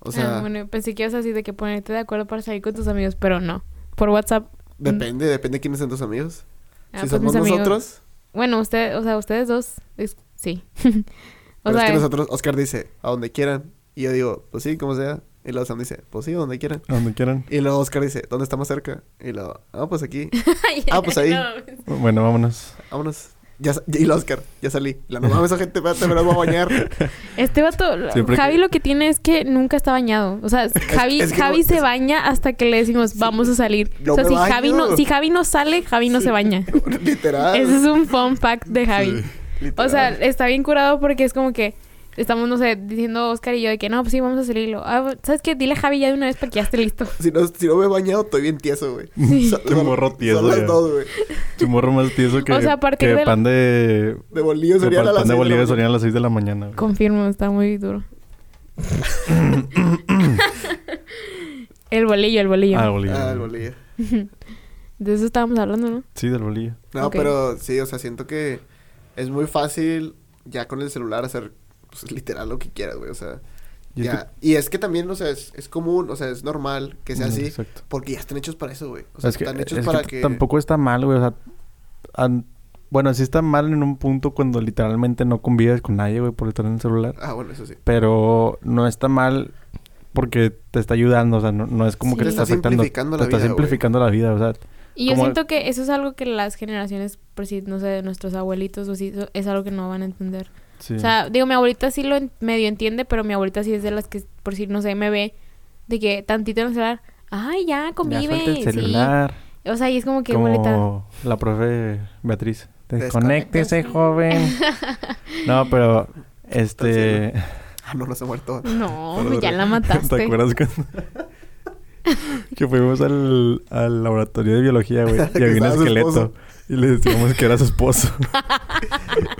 O sea, Ah, bueno, pensé que ibas así de que ponerte de acuerdo para salir con tus amigos, pero no. Por WhatsApp. depende, depende de quiénes son tus amigos. Ah, si pues somos mis amigos. nosotros, Bueno, usted, o sea, ustedes dos, es- sí. o pero es sea, eh, que nosotros, Oscar dice, a donde quieran. Y yo digo, pues sí, como sea. Y luego Sam dice, pues sí, a donde quieran. Donde quieran. Y luego Oscar dice, ¿dónde está más cerca? Y luego, ah, pues aquí, Ah, pues ahí. No. Bueno, vámonos. vámonos. Ya, sa- y el Oscar, ya salí. La no mames, gente, espérate, me la voy a bañar. Este vato, Siempre Javi que- lo que tiene es que nunca está bañado. O sea, Javi, es que Javi no- se es- baña hasta que le decimos vamos a salir. No o sea, me si Javi baño. no, si Javi no sale, Javi no se baña. Literal. Ese es un fun fact de Javi. O Literal. sea, está bien curado porque es como que estamos, no sé, diciendo Oscar y yo de que no, pues sí, vamos a salirlo. Ah, ¿Sabes qué? Dile a Javi ya de una vez para que ya esté listo. si, no, si no me he bañado, estoy bien tieso, güey. Sí. Son- Qué son- morro tieso, Son las ya. dos, güey. Tu morro más tieso que, O sea, a partir que del- pan de... De bolillos que sería la pan de seis Bolivia la salían mañana. a las 6 de la mañana. güey. Confirmo, está muy duro. el bolillo, el bolillo. Ah, Bolivia. Ah, el bolillo. De eso estábamos hablando, ¿no? Sí, del Bolivia. No, Ok. pero sí, o sea, siento que es muy fácil ya con el celular hacer pues, literal lo que quieras, güey. O sea, Y es ya. Y es que también, o sea, es, es común, o sea, es normal que sea Mm, así. Exacto. Porque ya están hechos para eso, güey. O sea, es que, están hechos es para que que... tampoco está mal, güey. O sea, an- bueno, sí está mal en un punto cuando literalmente no convives con nadie, güey, por estar en el celular. Ah, bueno, eso sí. Pero no está mal porque te está ayudando. O sea, no, no es como Sí. que te Te está está afectando. simplificando la te está vida, güey. simplificando la vida, o sea. Y yo Como- siento que eso es algo que las generaciones, por si, no sé, de nuestros abuelitos o así, eso es algo que no van a entender. Sí. O sea, digo, mi abuelita sí lo en- medio entiende, pero mi abuelita sí es de las que, por si, no sé, me ve de que tantito en el celular, ay, ya, Ya convive. suelta el sí". celular. O sea, y es como que, abuelita, Como la profe Beatriz. Desconéctese, Desconéctese, joven. No, pero este. Ah, no, no se ha muerto. no, Perdón. ya la mataste. ¿Te acuerdas cuando- que fuimos al, al laboratorio de biología, güey? Y Que había un estaba su esqueleto. esposo. Y le decíamos que era su esposo.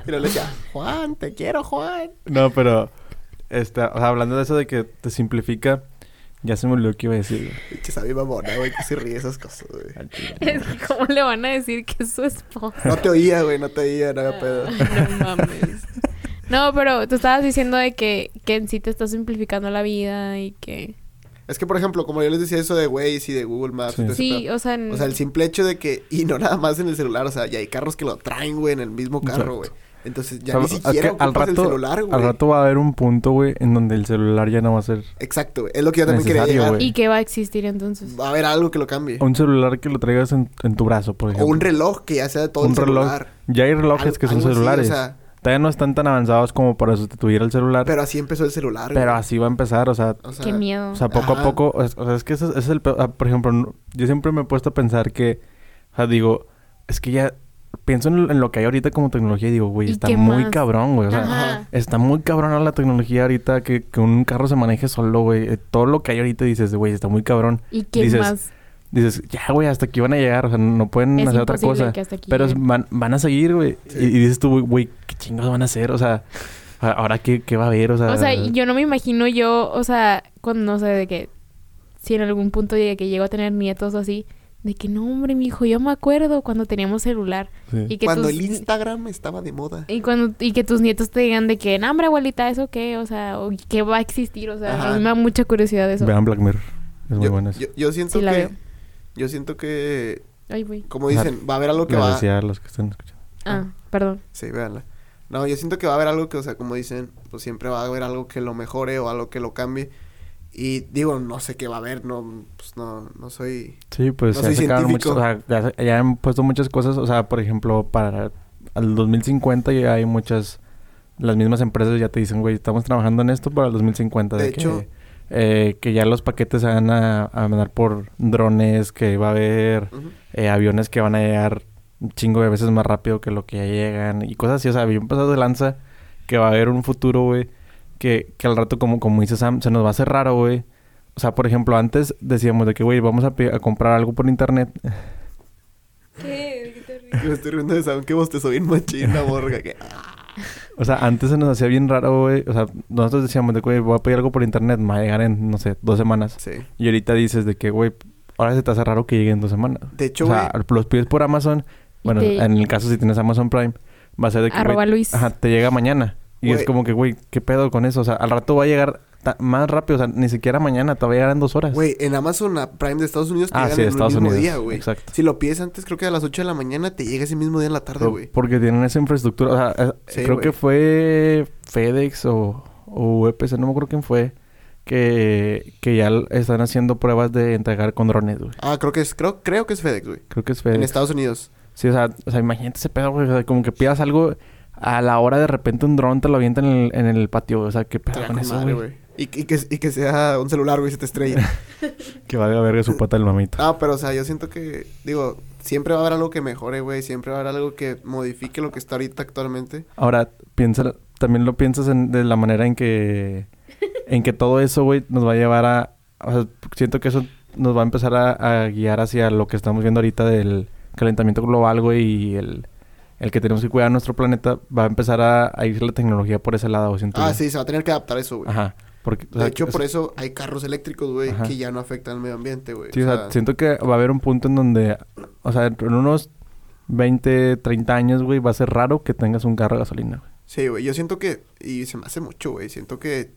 Y le decía, Juan, te quiero, Juan. No, pero. Este, o sea, hablando de eso de que te simplifica, ya se me olvidó que iba a decir. güey. Pinche sabi mamona, güey, que se ríe esas cosas, güey. Al chile, no. Es que, ¿cómo le van a decir que es su esposo? No te oía, güey, no te oía, no había pedo. Ay, Ah, No mames. No, pero tú estabas diciendo de que, que en sí te está simplificando la vida y que... Es que, por ejemplo, como yo les decía eso de Waze y de Google Maps. Sí. y todo ese Sí, pedo. o sea... en- O sea, el simple hecho de que... Y no nada más en el celular, o sea, ya hay carros que lo traen, güey, en el mismo carro, güey. Entonces, ya O ni sea, es siquiera que al ocupas rato, el celular, güey. al rato va a haber un punto, güey, en donde el celular ya no va a ser Exacto, güey. Es lo que yo también quería Necesario, llegar. güey. ¿Y qué va a existir entonces? Va a haber algo que lo cambie. un celular que lo traigas en, en tu brazo, por o ejemplo. un reloj que ya sea de todo Un el celular. Ya hay relojes Al- que son algo así, celulares. o sea, Todavía no están tan avanzados como para sustituir el celular. Pero, pero así empezó el celular, güey. así va a empezar, o sea, O sea, qué miedo. o sea poco Ajá. a poco. O sea, es que ese, ese es el. pe- ah, Por ejemplo, no- yo siempre me he puesto a pensar que. O sea, digo, es que ya. Pienso en, en lo que hay ahorita como tecnología y digo, güey, ¿Y está qué muy más? cabrón, güey. O sea, Ajá. está muy cabrón la tecnología ahorita que, que un carro se maneje solo, güey. Eh, Todo lo que hay ahorita dices, güey, está muy cabrón. ¿Y qué dices, más? Dices, ya, güey, hasta aquí van a llegar. O sea, no pueden Es hacer otra imposible cosa. que hasta aquí Pero es- lleguen. van, van a seguir, güey. Sí. Y, y dices tú, güey, güey, ¿qué chingados van a hacer? O sea, a- ¿ahora qué, qué va a haber? O sea, O sea, y yo no me imagino yo, o sea, cuando no sé de que... Si en algún punto de que llego a tener nietos o así... De que, no, hombre, mi hijo, yo me acuerdo cuando teníamos celular. Sí. Y que Cuando tus- el Instagram estaba de moda. Y cuando y que tus nietos te digan de que, no, hombre, abuelita, ¿eso qué? O sea, o ¿qué va a existir? O sea, Ajá. a mí me da mucha curiosidad eso. Vean Black Mirror. Es muy yo, bueno eso. yo, yo siento Sí, la que. veo. Yo siento que. Ay, güey. Como Ajá. dicen, va a haber algo que Les va. decía a los que están escuchando. Ah, perdón. Sí, véanla. No, yo siento que va a haber algo que, o sea, como dicen, pues siempre va a haber algo que lo mejore o algo que lo cambie. Y digo, no sé qué va a haber, no, pues no, no soy. Sí, pues No se soy han sacado muchas, científico. o sea, ya, se- ya han puesto muchas cosas, o sea, por ejemplo, para al 2050 ya hay muchas, las mismas empresas ya te dicen, güey, estamos trabajando en esto para el 2050. De hecho- que, eh, que ya los paquetes se van a, a mandar por drones, que va a haber Ujú. eh, aviones que van a llegar un chingo de veces más rápido que lo que ya llegan y cosas así, o sea, bien pasado de lanza, que va a haber un futuro, güey, que, que al rato, como, como dice Sam, se nos va a hacer raro, güey. O sea, por ejemplo, antes decíamos de que, güey, vamos a, pe- a comprar algo por internet. ¿Qué? ¿Qué te Me estoy riendo de saber que vos te soy machín la borga. Que... ah, O sea, antes se nos hacía bien raro, güey. O sea, nosotros decíamos de que, güey, voy a pedir algo por internet, me va a llegar en, no sé, dos semanas. Sí. Y ahorita dices de que, güey, ahora se te hace raro que llegue en dos semanas. De hecho, o güey. sea, los pides por Amazon. Y Bueno, te- en el caso si tienes Amazon Prime, va a ser de que... güey, Arroba Luis. Ajá, te llega mañana. Y es Güey. como que, güey, ¿qué pedo con eso? O sea, al rato va a llegar ta- más rápido. O sea, ni siquiera mañana, te va a llegar en dos horas. Güey, en Amazon a Prime de Estados Unidos te ah, llegan sí, de en el Estados mismo Unidos. día, güey. Exacto. Si lo pides antes, creo que a las 8 de la mañana te llega ese mismo día en la tarde, Pero- güey. Porque tienen esa infraestructura. O sea, eh, Sí, creo güey. que fue FedEx o, o UPC, no me acuerdo quién fue, que, que ya l- están haciendo pruebas de entregar con drones, güey. Ah, creo que es, creo, creo que es FedEx, güey. Creo que es En FedEx. Estados Unidos. Sí, o sea, o sea, imagínate ese pedo, güey. O sea, como que pidas algo a la hora de repente un dron te lo avienta en el, en el patio, güey. O sea, qué pedo Estaría con con eso, madre, güey. güey. Y, y que, y que sea un celular, güey, se te estrella. Que va a verga su pata el mamito. Ah, pero o sea, yo siento que, digo, siempre va a haber algo que mejore, güey, siempre va a haber algo que modifique lo que está ahorita actualmente. Ahora, piensa, también lo piensas en- de la manera en que, en que todo eso, güey, nos va a llevar a, o sea, siento que eso nos va a empezar a, a guiar hacia lo que estamos viendo ahorita del calentamiento global, güey, y el, el que tenemos que cuidar nuestro planeta, va a empezar a, a irse la tecnología por ese lado, siento Ah, yo. sí, se va a tener que adaptar a eso, güey. Ajá. Porque, o De sea, hecho, que- por eso hay carros eléctricos, güey, Ajá. que ya no afectan al medio ambiente, güey. Sí, o sea, siento que va a haber un punto en donde, o sea, en unos 20, 30 años, güey, va a ser raro que tengas un carro de gasolina, güey. sí, güey, yo siento que, y se me hace mucho, güey, siento que,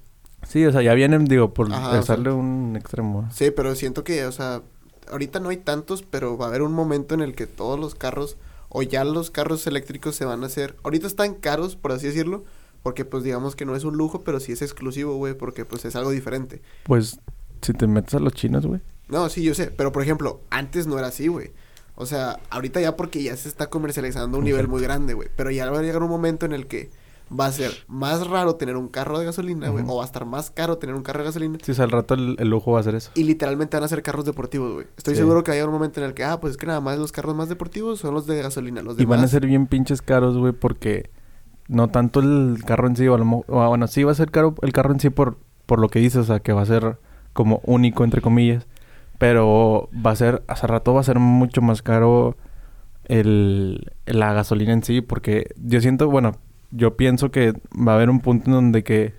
Sí, o sea, ya vienen, digo, por Ajá, o sea. darle un extremo. sí, pero siento que, o sea, ahorita no hay tantos, pero va a haber un momento en el que todos los carros, o ya los carros eléctricos se van a hacer, ahorita están caros, por así decirlo, porque pues digamos que no es un lujo, pero sí es exclusivo, güey, porque pues es algo diferente. Pues, si te metes a los chinos, güey. No, sí, yo sé, pero por ejemplo, antes no era así, güey. O sea, ahorita ya porque ya se está comercializando a un nivel muy grande, güey. Pero ya va a llegar un momento en el que va a ser más raro tener un carro de gasolina, güey. Ujú. O va a estar más caro tener un carro de gasolina. Sí, o sea, al rato el, el lujo va a ser eso. Y literalmente van a ser carros deportivos, güey. Estoy Sí. seguro que va a llegar un momento en el que, ah, pues es que nada más los carros más deportivos son los de gasolina. Los Y van a demás- ser bien pinches caros, güey, porque no tanto el carro en sí, o a lo mo- o, bueno, sí va a ser caro el carro en sí por, por lo que dices, o sea, que va a ser como único, entre comillas. Pero va a ser, hace rato va a ser mucho más caro el, la gasolina en sí, porque yo siento, bueno, yo pienso que va a haber un punto en donde que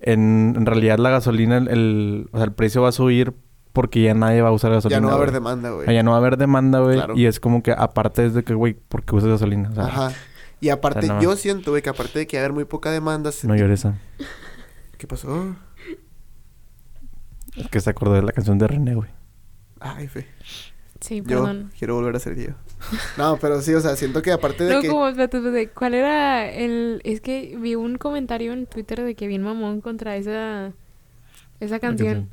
en, en realidad la gasolina, el, el- o sea, el precio va a subir porque ya nadie va a usar gasolina. Ya no va a haber güey. demanda, güey. Allá no va a haber demanda, güey. Claro. Y es como que aparte es de que, güey, ¿por qué usas gasolina? O sea, Ajá. Y aparte, no. yo siento, güey, que aparte de que va a haber muy poca demanda... se- no llores. Sam. ¿Qué pasó? Es que se acordó de la canción de René, güey. Ay, fe. Sí, Yo perdón. quiero volver a ser yo. No, pero sí, o sea, siento que aparte de No, que... como, espérate, espérate, ¿cuál era el...? Es que vi un comentario en Twitter de que bien mamón contra esa, esa canción.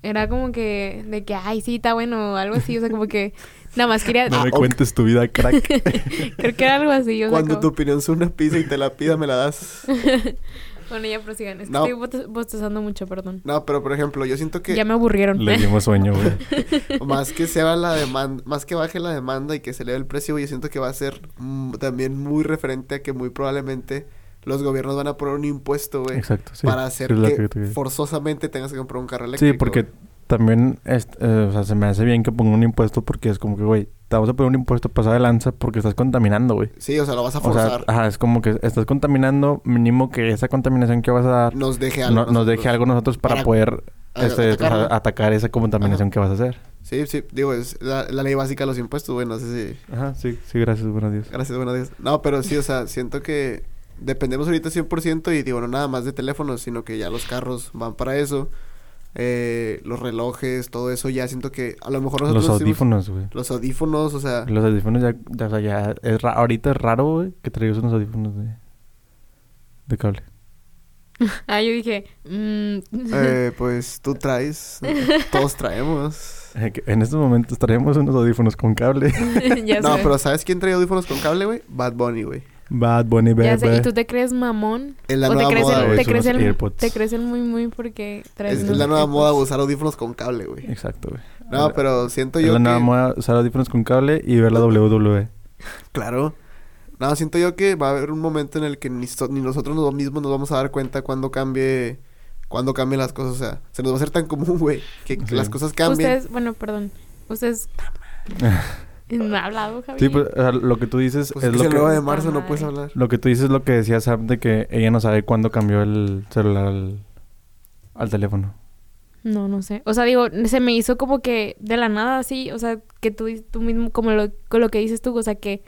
Era como que, de que, ay, sí, está bueno, o algo así, o sea, como que... Nada más quería... No me ok. cuentes tu vida, crack. Creo que era algo así, o sea, Cuando como- tu opinión es una pizza y te la pida, me la das. Bueno, ya prosigan. Es que No. estoy bote- bostezando mucho, perdón. No, pero por ejemplo, yo siento que Ya me aburrieron. Le dimos sueño, güey. más que se va la demanda, más que baje la demanda y que se eleve el precio, güey, yo siento que va a ser mm, también muy referente a que muy probablemente los gobiernos van a poner un impuesto, güey, Exacto, sí. para hacer Es lo que, te- forzosamente tengas que comprar un carro eléctrico. Sí, porque güey. también, es- eh, o sea, se me hace bien que pongan un impuesto porque es como que, güey, te vamos a poner un impuesto pasado de lanza porque estás contaminando, güey. sí, o sea, lo vas a O sea, forzar. ajá, es como que estás contaminando, mínimo que esa contaminación que vas a dar nos deje no- algo. nos deje nosotros. algo nosotros para, Para poder a- este, o sea, atacarlo. atacar esa contaminación que vas a hacer. Sí, sí, digo, es la, la ley básica de los impuestos, güey, no sé si Ajá, sí, sí, gracias, buenos días. Gracias, buenos días. No, pero sí, o sea, siento que dependemos ahorita 100% y digo, no nada más de teléfonos, sino que ya los carros van para eso. eh, los relojes, todo eso, ya siento que a lo mejor nosotros... Los decimos- Ah. audífonos, güey. Los audífonos, o sea... Los audífonos ya, ya, o sea, ya es ra- ahorita es raro, güey, que traigas unos audífonos de, de cable. Ah, yo dije, mm, eh, pues tú traes, todos traemos. Eh, que En estos momentos traemos unos audífonos con cable. ya No, sé. pero ¿sabes quién trae audífonos con cable, güey? Bad Bunny, güey. Bad Bunny Ya sé, ¿y Baby. tú te crees mamón? Es la ¿O te nueva crees, moda, el, güey. te, Son crees los el, AirPods. te crees el muy muy porque traes Es, unos es la nueva AirPods? moda usar audífonos con cable, güey. Exacto, güey. No, pero siento Es yo la que... nada más usar audífonos con cable y ver la E. WWE. Claro. No, siento yo que va a haber un momento en el que ni, so- ni nosotros nos- mismos nos vamos a dar cuenta cuando cambie... Cuando cambien las cosas, o sea, se nos va a hacer tan común, güey, que Sí. las cosas cambian. Ustedes, bueno, perdón. Ustedes... No ha hablado, Javier. Sí, pues, o sea, lo que tú dices Pues es es que lo el que... 9 de marzo no Madre. puedes hablar. Lo que tú dices es lo que decía Sam de que ella no sabe cuándo cambió el celular al, al teléfono. No, no sé. O sea, digo, se me hizo como que de la nada así, o sea, que tú, tú mismo, como lo, con lo que dices tú, o sea, que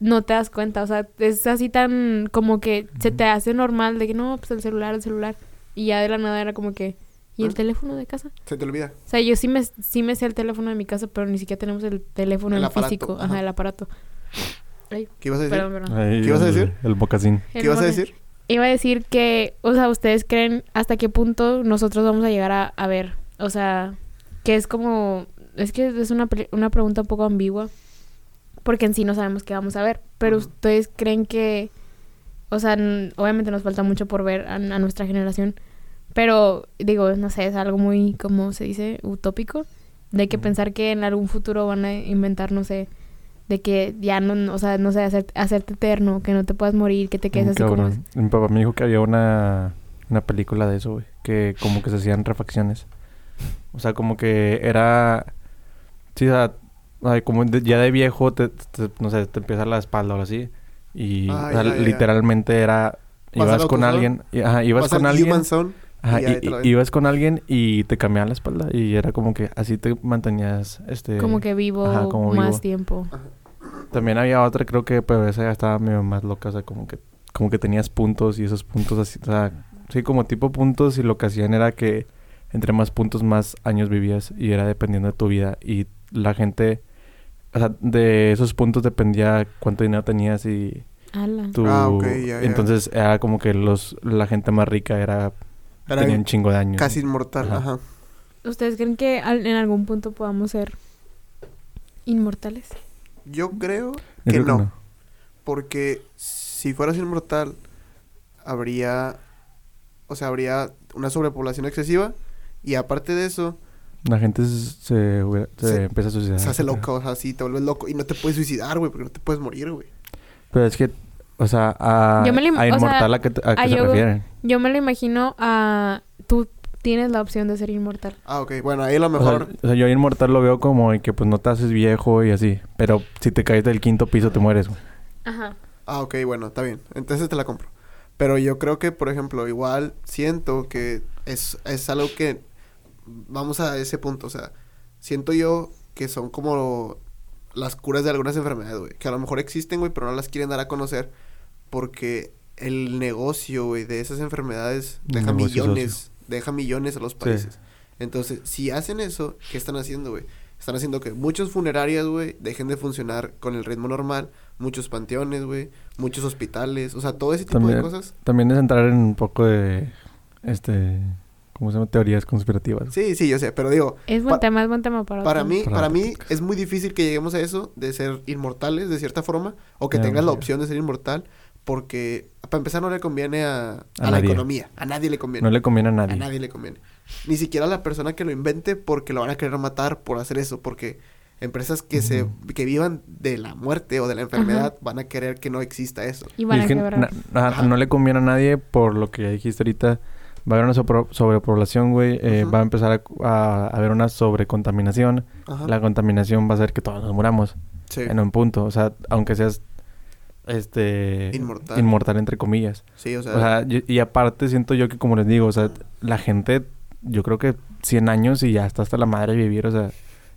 no te das cuenta, o sea, es así tan como que se te hace normal de que no, pues el celular, el celular. Y ya de la nada era como que, ¿y el ¿Eh? teléfono de casa? Se te olvida. O sea, yo sí me, sí me sé el teléfono de mi casa, pero ni siquiera tenemos el teléfono El en aparato, físico, ajá, ajá. el aparato. Ay, ¿Qué ibas a decir? perdón, perdón. Ahí ¿Qué ibas a el- decir? El bocacín. ¿Qué El ibas a mole. decir? Iba a decir que, o sea, ¿ustedes creen hasta qué punto nosotros vamos a llegar a, a ver? O sea, que es como... Es que es una, pre- una pregunta un poco ambigua, porque en sí no sabemos qué vamos a ver, pero Ujú. ¿ustedes creen que... O sea, n- obviamente nos falta mucho por ver a, a nuestra generación, pero digo, no sé, es algo muy, como se dice, utópico, de que Ujú. pensar que en algún futuro van a inventar, no sé, de que ya no, o sea, no sé, hacer- hacerte eterno, que no te puedas morir, que te quedes Mm, así como... cabrón. Mi papá me dijo que había una, una película de eso, güey. Que como que se hacían refacciones. O sea, como que era... Sí, o sea, ay, como de- ya de viejo, te, te- no sé, te empieza la espalda o así. Y o Ah, sea, ya, ya, ya. literalmente era... Ibas Pasar a con otro lado. alguien... y- ajá, ibas Vas al con alguien... Human Zone Ajá, y ya y- ahí te y- la ven. ibas con alguien y te cambiaban la espalda y era como que así te mantenías, este... como que vivo ajá, como vivo. más tiempo. También había otra, creo que, pero esa ya estaba medio más loca, o sea, como que, como que tenías puntos y esos puntos así, o sea, sí, como tipo puntos y lo que hacían era que entre más puntos, más años vivías y era dependiendo de tu vida y la gente, o sea, de esos puntos dependía cuánto dinero tenías y Ala. tu... Ah, ok, ya, ya. Entonces era como que los, la gente más rica era, Era tenía un chingo de años. casi inmortal, Ajá. ajá. ¿Ustedes creen que al- en algún punto podamos ser inmortales? Yo creo Yo que creo no. Porque si fueras inmortal, habría. O sea, habría una sobrepoblación excesiva. Y aparte de eso, La gente s- se, hubiera- se Se- empieza a suicidar. se hace loca, o sea, sí, te vuelves loco. Y no te puedes suicidar, güey, porque no te puedes morir, güey. Pero es que, o sea, a, Yo me lo im- a o sea, inmortal a que, t- a a que se yo- refieren. Yo me lo imagino a... Tú tienes la opción de ser inmortal. Ah, ok. Bueno, ahí a lo O sea, mejor. o sea, yo inmortal lo veo como en que pues no te haces viejo y así. Pero si te caes del quinto piso te mueres. güey. Ajá. Ah, ok, bueno, está bien. Entonces te la compro. Pero yo creo que, por ejemplo, igual siento que es, es algo que... Vamos a ese punto, o sea, siento yo que son como las curas de algunas enfermedades, güey. Que a lo mejor existen, güey, pero no las quieren dar a conocer porque el negocio, güey, de esas enfermedades Un deja negocio millones, deja millones a los países. Entonces, si hacen eso, ¿qué están haciendo, güey? Están haciendo que muchos funerarias, güey, dejen de funcionar con el ritmo normal, muchos panteones, güey, muchos hospitales, o sea, todo ese tipo También- de cosas. También es entrar en un poco de, este, ¿cómo se llama? Teorías conspirativas. Sí, sí, yo sé, pero digo, Es buen Pa- tema, es buen tema para para otro. mí, Para para mí prácticas. es muy difícil que lleguemos a eso de ser inmortales de cierta forma o que Ya, tengas la ya. opción de ser inmortal porque para empezar no le conviene a, a A la nadie. economía, a nadie le conviene. No le conviene a nadie. A nadie le conviene. Ni siquiera a la persona que lo invente porque lo van a querer matar por hacer eso, porque empresas que se que vivan de la muerte o de la enfermedad van a querer que no exista eso. Y van Y a es que quebrar. na- na- Ajá. no le conviene a nadie por lo que ya dijiste ahorita. Va a haber una sopro- sobrepoblación, güey. eh, Ujú. Va a empezar a, a haber una sobrecontaminación. Ajá. La contaminación va a hacer que todos nos muramos. Sí. en un punto. O sea, aunque seas este Inmortal. inmortal, entre comillas. Sí, o sea, O sea, y, y aparte siento yo que como les digo, o sea, Ah. la gente, yo creo que 100 años y ya está hasta la madre de vivir, o sea, es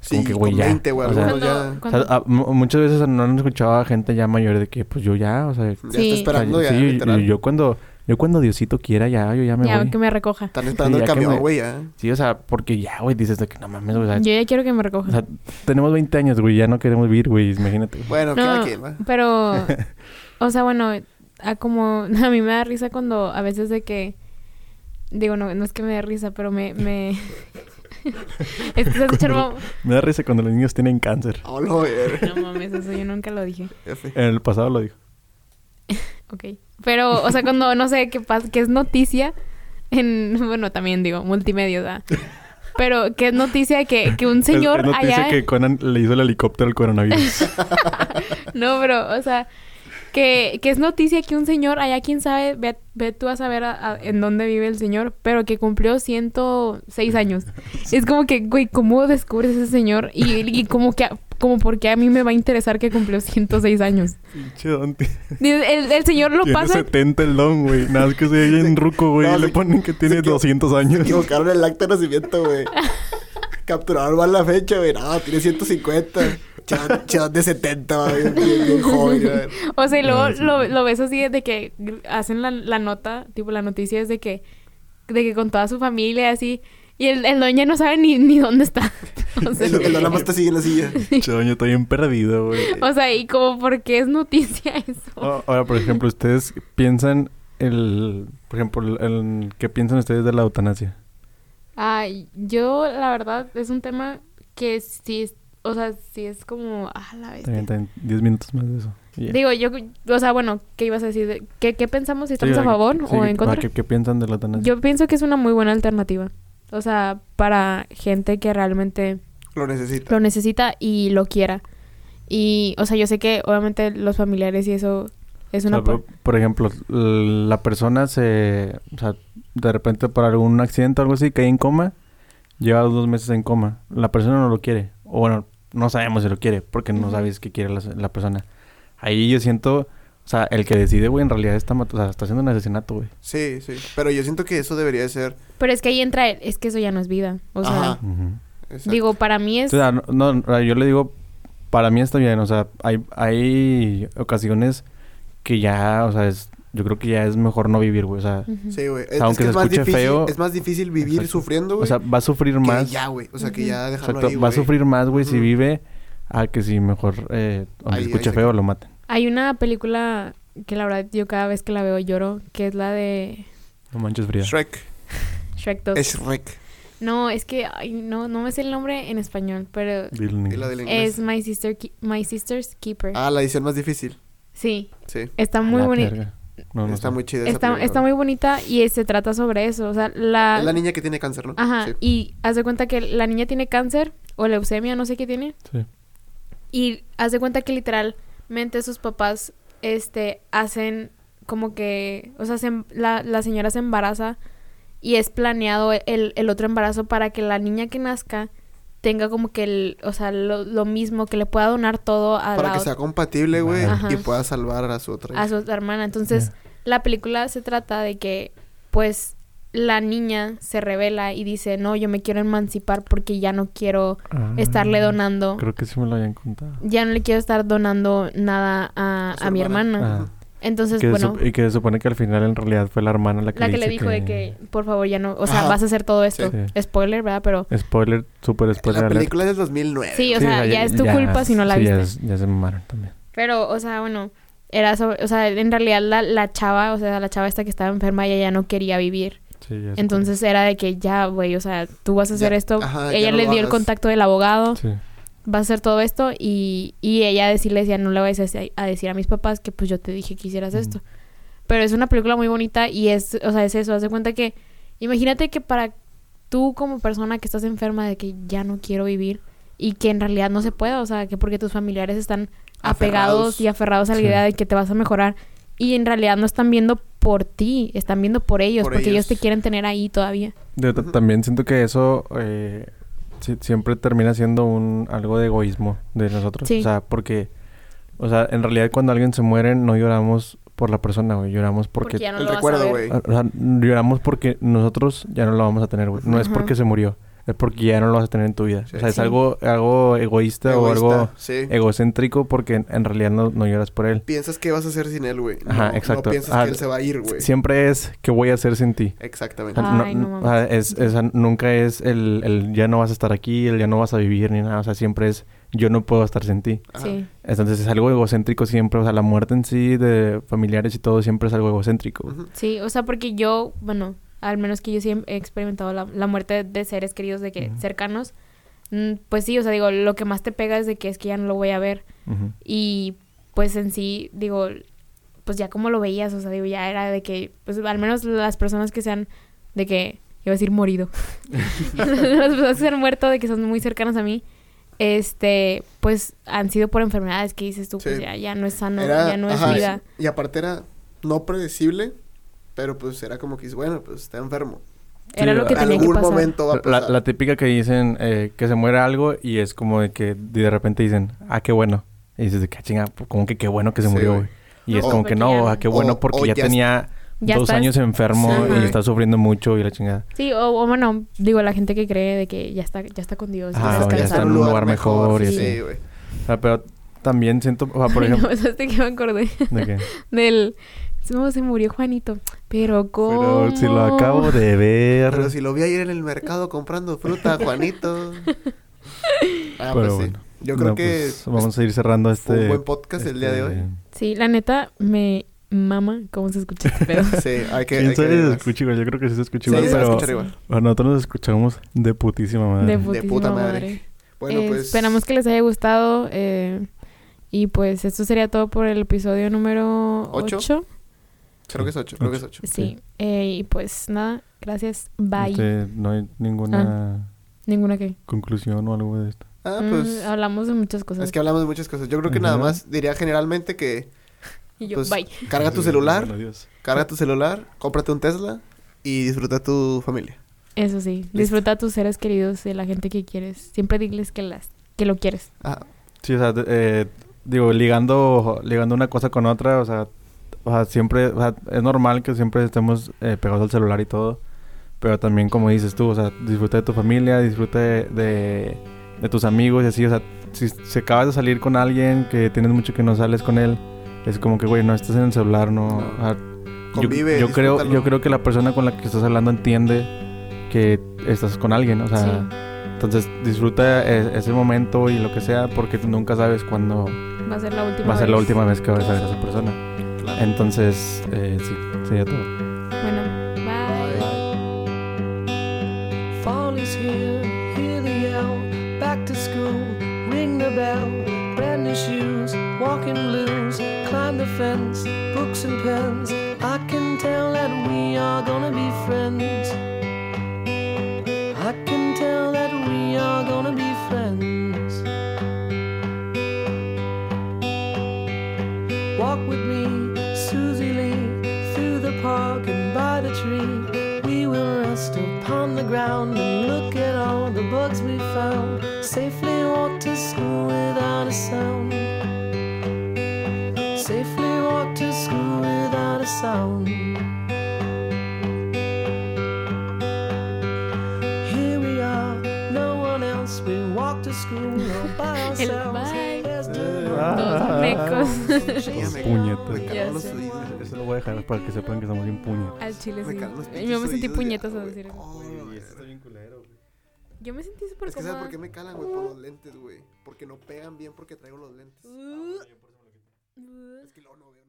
sí, como que güey con ya. 20, güey, o sea, algunos ya, Cuando- o sea, a- mu- muchas veces no han escuchado a gente ya mayor de que pues yo ya, o sea, ya Sí. está esperando o sea, ya sí, yo- yo, literal. yo cuando Yo cuando Diosito quiera ya, yo ya me ya, voy. que me recoja. Están esperando Sí, el ya que camión, me- güey, ya. Sí, o sea, porque ya, güey, dices de que no mames, güey. o sea, Yo ya quiero que me o recoja. sea, tenemos 20 años, güey, ya no queremos vivir, güey, imagínate. güey. Bueno, cada No, quien, ¿va? Pero, o sea, bueno, a como a mí me da risa cuando a veces de que digo, no, no es que me dé risa, pero me me es que se escucha Cuando- mo- Me da risa cuando los niños tienen cáncer. Hola, ver. No mames, eso yo nunca lo dije. F. En el pasado lo dijo. Ok. Pero, o sea, cuando no sé qué pasa, que es noticia en bueno, también digo, multimedia, ¿verdad? Pero que es noticia que, que un Es- es señor noticia allá que Conan le hizo el helicóptero al coronavirus. No, pero, o sea, que, que es noticia que un señor, allá quién sabe, ve, ve tú a saber a- a- en dónde vive el señor, pero que cumplió 106 años. Es como que, güey, ¿cómo descubres ese señor? Y, y como que, a- como porque a mí me va a interesar que cumplió 106 años. Pinche don. ti- Y El, el- el señor lo tiene pasa. 70 el don, güey. Nada más que se ve bien ruco, güey. No, y le se- ponen que tiene se equivo- 200 Se años. equivocaron el acta de nacimiento, güey. Capturaron mal la fecha, güey. No, tiene 150. Chavón, chavón de 70, va, bien, bien, bien joven, güey. O sea, y luego Ah, sí. lo, lo ves así de que hacen la, la nota, tipo la noticia es de que, de que con toda su familia, así. Y el, el don ya no sabe ni, ni dónde está. O sea, El, el nada más está así en la silla. Pinche don, yo estoy bien perdido, güey. O sea, y como porque es noticia eso. O- Ahora, por ejemplo, ustedes piensan el... Por ejemplo, el, el- ¿qué piensan ustedes de la eutanasia? Ay, yo la verdad es un tema que sí, es- o sea, sí es como, ah, la bestia. También, también, 10 minutos más de eso. Yeah. Digo, yo, o sea, bueno, ¿qué ibas a decir? De- ¿Qué, qué pensamos si Sí, estamos a que- favor sí, o en ah, contra? ¿qué, qué piensan de la eutanasia? Yo pienso que es una muy buena alternativa. O sea, para gente que realmente Lo necesita. lo necesita y lo quiera. Y, o sea, yo sé que obviamente los familiares y eso es O una... sea, po- por- por ejemplo, l- la persona se... O sea, de repente por algún accidente o algo así cae en coma. Lleva dos meses en coma. La persona no lo quiere. O bueno, no sabemos si lo quiere. Porque no Ujú. sabes qué quiere la, la persona. Ahí yo siento... O sea, el que decide, güey, en realidad está, mat- o sea, está haciendo un asesinato, güey. Sí, sí. Pero yo siento que eso debería de ser. Pero es que ahí entra, el- es que eso ya no es vida. O sea, Ajá. Ujú. Exacto. digo, para mí es... O sea, no, no, o sea, yo le digo, para mí está bien, o sea, hay, hay ocasiones que ya, o sea, es, yo creo que ya es mejor no vivir, güey, o sea, Ujú. Sí, güey. Es, sea, es aunque que se es más escuche difícil, feo- es más difícil vivir Exacto. sufriendo, güey. o sea, va a sufrir que más, ya, güey. O sea, que Ujú. ya dejarlo exacto, ahí, va a güey. sufrir más, güey, si Ujú. vive a que si mejor, eh, aunque Ahí- se escuche ahí se feo, queda. lo maten. Hay una película que la verdad yo cada vez que la veo lloro, que es la de No manches fría. Shrek. Shrek 2. Es Shrek. No, es que ay, no, no me sé el nombre en español, pero Y la del inglés. es My Sister Ki- My Sister's Keeper. Ah, la edición más difícil. Sí, Sí. está Ah, muy bonita. No, no está sé. muy chida. esa Está, película, está muy bonita y eh, se trata sobre eso. O sea, la... Es la niña que tiene cáncer, ¿no? Ajá, Sí. y haz de cuenta que la niña tiene cáncer o leucemia, no sé qué tiene. Sí. Y haz de cuenta que literalmente sus papás, este, hacen como que, o sea, se em- la, la señora se embaraza y es planeado el, el otro embarazo para que la niña que nazca tenga como que el, o sea, lo, lo mismo, que le pueda donar todo a Para la que ot- sea compatible, güey, Ajá. y pueda salvar a su otra. a su otra hermana. Entonces, la película se trata de que, pues, la niña se revela y dice, no, yo me quiero emancipar porque ya no quiero Ah, estarle donando Creo que sí me lo habían contado. ya no le quiero estar donando nada a, A su a mi hermana. hermana. Ah, Entonces, que se bueno, sup- y que se supone que al final en realidad fue la hermana la que, la que le dice dijo de que, por favor, ya no, o sea, Ajá. vas a hacer todo esto. Sí. Spoiler, ¿verdad? Pero Spoiler, súper spoiler. la alert. película es del 2009. sí, o Sí, sea, ya es tu culpa si no la sí, ya viste. es- Ya, se mamaron también. Pero, o sea, bueno, era sobre, o sea, en realidad la, la chava, o sea, la chava esta que estaba enferma, ella ya no quería vivir. Sí, ya se- Entonces era de que ya, güey, o sea, tú vas a hacer Ya, esto. ajá, ya ella no le lo dio el hagas. contacto del abogado, Sí. vas a hacer todo esto y, y ella decirle, decía, no le vayas a, a decir a mis papás que pues yo te dije que hicieras Mm. esto. Pero es una película muy bonita y es, o sea, es eso, haz de cuenta que, imagínate que para tú como persona que estás enferma de que ya no quiero vivir y que en realidad no se pueda, o sea, que porque tus familiares están apegados Aferrados. y aferrados a la Sí. idea de que te vas a mejorar y en realidad no están viendo por ti, están viendo por ellos, Por porque ellos ellos. te quieren tener ahí todavía. Yo ta- Ujú. también siento que eso eh, si- siempre termina siendo un algo de egoísmo de nosotros. Sí. O sea, porque... O sea, en realidad cuando alguien se muere no lloramos por la persona, güey. Lloramos porque... Porque ya no el lo vas a Ah, recuerdo, ver. güey. o sea, lloramos porque nosotros ya no lo vamos a tener, güey. No es Ajá. porque se murió. es porque ya no lo vas a tener en tu vida. Sí. O sea, es Sí. algo, algo egoísta, o algo Egoísta, sí. egocéntrico porque en, en realidad no, no lloras por él. Piensas qué vas a hacer sin él, güey. Ajá, no, exacto. No piensas Ah, que él se va a ir, güey. Siempre es ¿qué voy a hacer sin ti? O Exactamente. sea, no- Ay, no o mames. sea, es, es- nunca es el, el ya no vas a estar aquí, el ya no vas a vivir ni nada. O sea, siempre es yo no puedo estar sin ti. Ajá. Sí. Entonces es algo egocéntrico siempre. O sea, la muerte en sí de familiares y todo siempre es algo egocéntrico. Ujú. Sí, o sea, porque yo, bueno, al menos que yo sí he experimentado la, la muerte de seres queridos de que Ujú. cercanos, mm, pues sí, o sea, digo, lo que más te pega es de que es que ya no lo voy a ver. Ujú. Y pues en sí, digo, pues ya como lo veías, o sea, digo, ya era de que, pues al menos las personas que sean de que, iba a decir morido, las personas que se han muerto, de que son muy cercanas a mí, este, pues han sido por enfermedades que dices tú, pues Sí. ya, ya no es sano, Era- ya no es ajá, vida. Y aparte era no predecible, pero pues era como que, bueno, pues está enfermo. Sí, Era lo que a- tenía que algún pasar. momento va a La, pasar. la típica que dicen eh, que se muere algo y es como de que de repente dicen, ah, qué bueno. Y dices, de que "Ah, chinga, pues, como que qué bueno que se Sí, murió, güey. güey. Y No, es como porque que no, ya- ah, qué bueno O- porque o ya, ya tenía Ya dos estás- años enfermo Sí, y ajá. está sufriendo mucho y la chingada. Sí, o, o bueno, digo, la gente que cree de que ya está, ya está con Dios. Ah, está o ya está en descansando. un lugar mejor y sí, así. güey. O sea, pero también siento, o sea, por Ay, ejemplo, No, ¿sabes de qué me acordé? de que, Del... No, se murió Juanito. Pero cómo... pero si lo acabo de ver. Pero si lo vi ayer en el mercado comprando fruta, Juanito. Ah, Pero pues bueno. sí. Yo creo No, que este pues, vamos a ir cerrando fue un este buen podcast el día de hoy. este- Sí, la neta, me mama cómo se escucha este pedo. Sí, hay que... ¿Quién hay que sabe si ver se más. escucha igual? Yo creo que sí se escucha Sí, igual, se pero escucha igual. bueno, nosotros nos escuchamos de putísima De, madre. De puta puta madre. madre. Bueno, Eh, pues... Esperamos que les haya gustado. eh, y pues esto sería todo por el episodio número ¿Ocho? 8. Creo que es 8, creo que es 8. Sí. eh, y pues nada, gracias. Bye. Ah. Este, no hay ninguna Ninguna que... conclusión o algo de esto. Ah, Mm, pues... hablamos de muchas cosas. Es que hablamos de muchas cosas. Yo creo que nada Ajá. más diría generalmente que... Y yo, pues, bye. Carga tu Sí, celular, bueno, adiós. carga tu celular, cómprate un Tesla y disfruta tu familia. Eso sí, disfruta a tus seres queridos, de la gente que quieres. Siempre diles que las que lo quieres. Ah, Sí, o sea, de- eh, digo, ligando, ligando una cosa con otra, o sea, o sea, siempre, o sea, es normal que siempre estemos eh, pegados al celular y todo, pero también como dices tú, o sea, disfruta de tu familia, disfruta de, de, de tus amigos y así, o sea, si, si acabas de salir con alguien que tienes mucho que no sales con él, es como que, güey, no estás en el celular, no... No. o sea, yo- Convive, yo, creo, disfrútalo. yo creo que la persona con la que estás hablando entiende que estás con alguien, o sea... sí, Entonces disfruta e- ese momento y lo que sea porque tú nunca sabes cuándo va a ser la última. va a ser la vez. última vez que vas a ver a esa persona. claro. Entonces, eh, sí, sería todo. Bueno, bye. Bye. Fall is here, hear the yell. Back to school, ring the bell. Brand new shoes, walking blues. Climb the fence, books and pens. I can tell that we are gonna be friends. I can tell that we are gonna be friends. Walk with me, Susie Lee, through the park and by the tree. We will rest upon the ground and look at all the bugs we found. Safely walk to school without a sound. Safely walk to school without a sound. Here we are, no one else. We walk to school all by El ourselves. bye. There's Ah. Dos mecos. She's Los Me puñetas. calaron Ya los sé. oídos. Eso lo voy a dejar para que sepan que somos bien puñetas. Al chile sí. Me calaron los Yo me pinches sentí oídos ya, puñetas al güey. decir eso. Oh, güey. Yo me sentí súper Es que ¿sabes cómoda. por qué me calan, güey? Por los lentes, güey. Porque no pegan bien porque traigo los lentes. Uh. Es que luego no veo.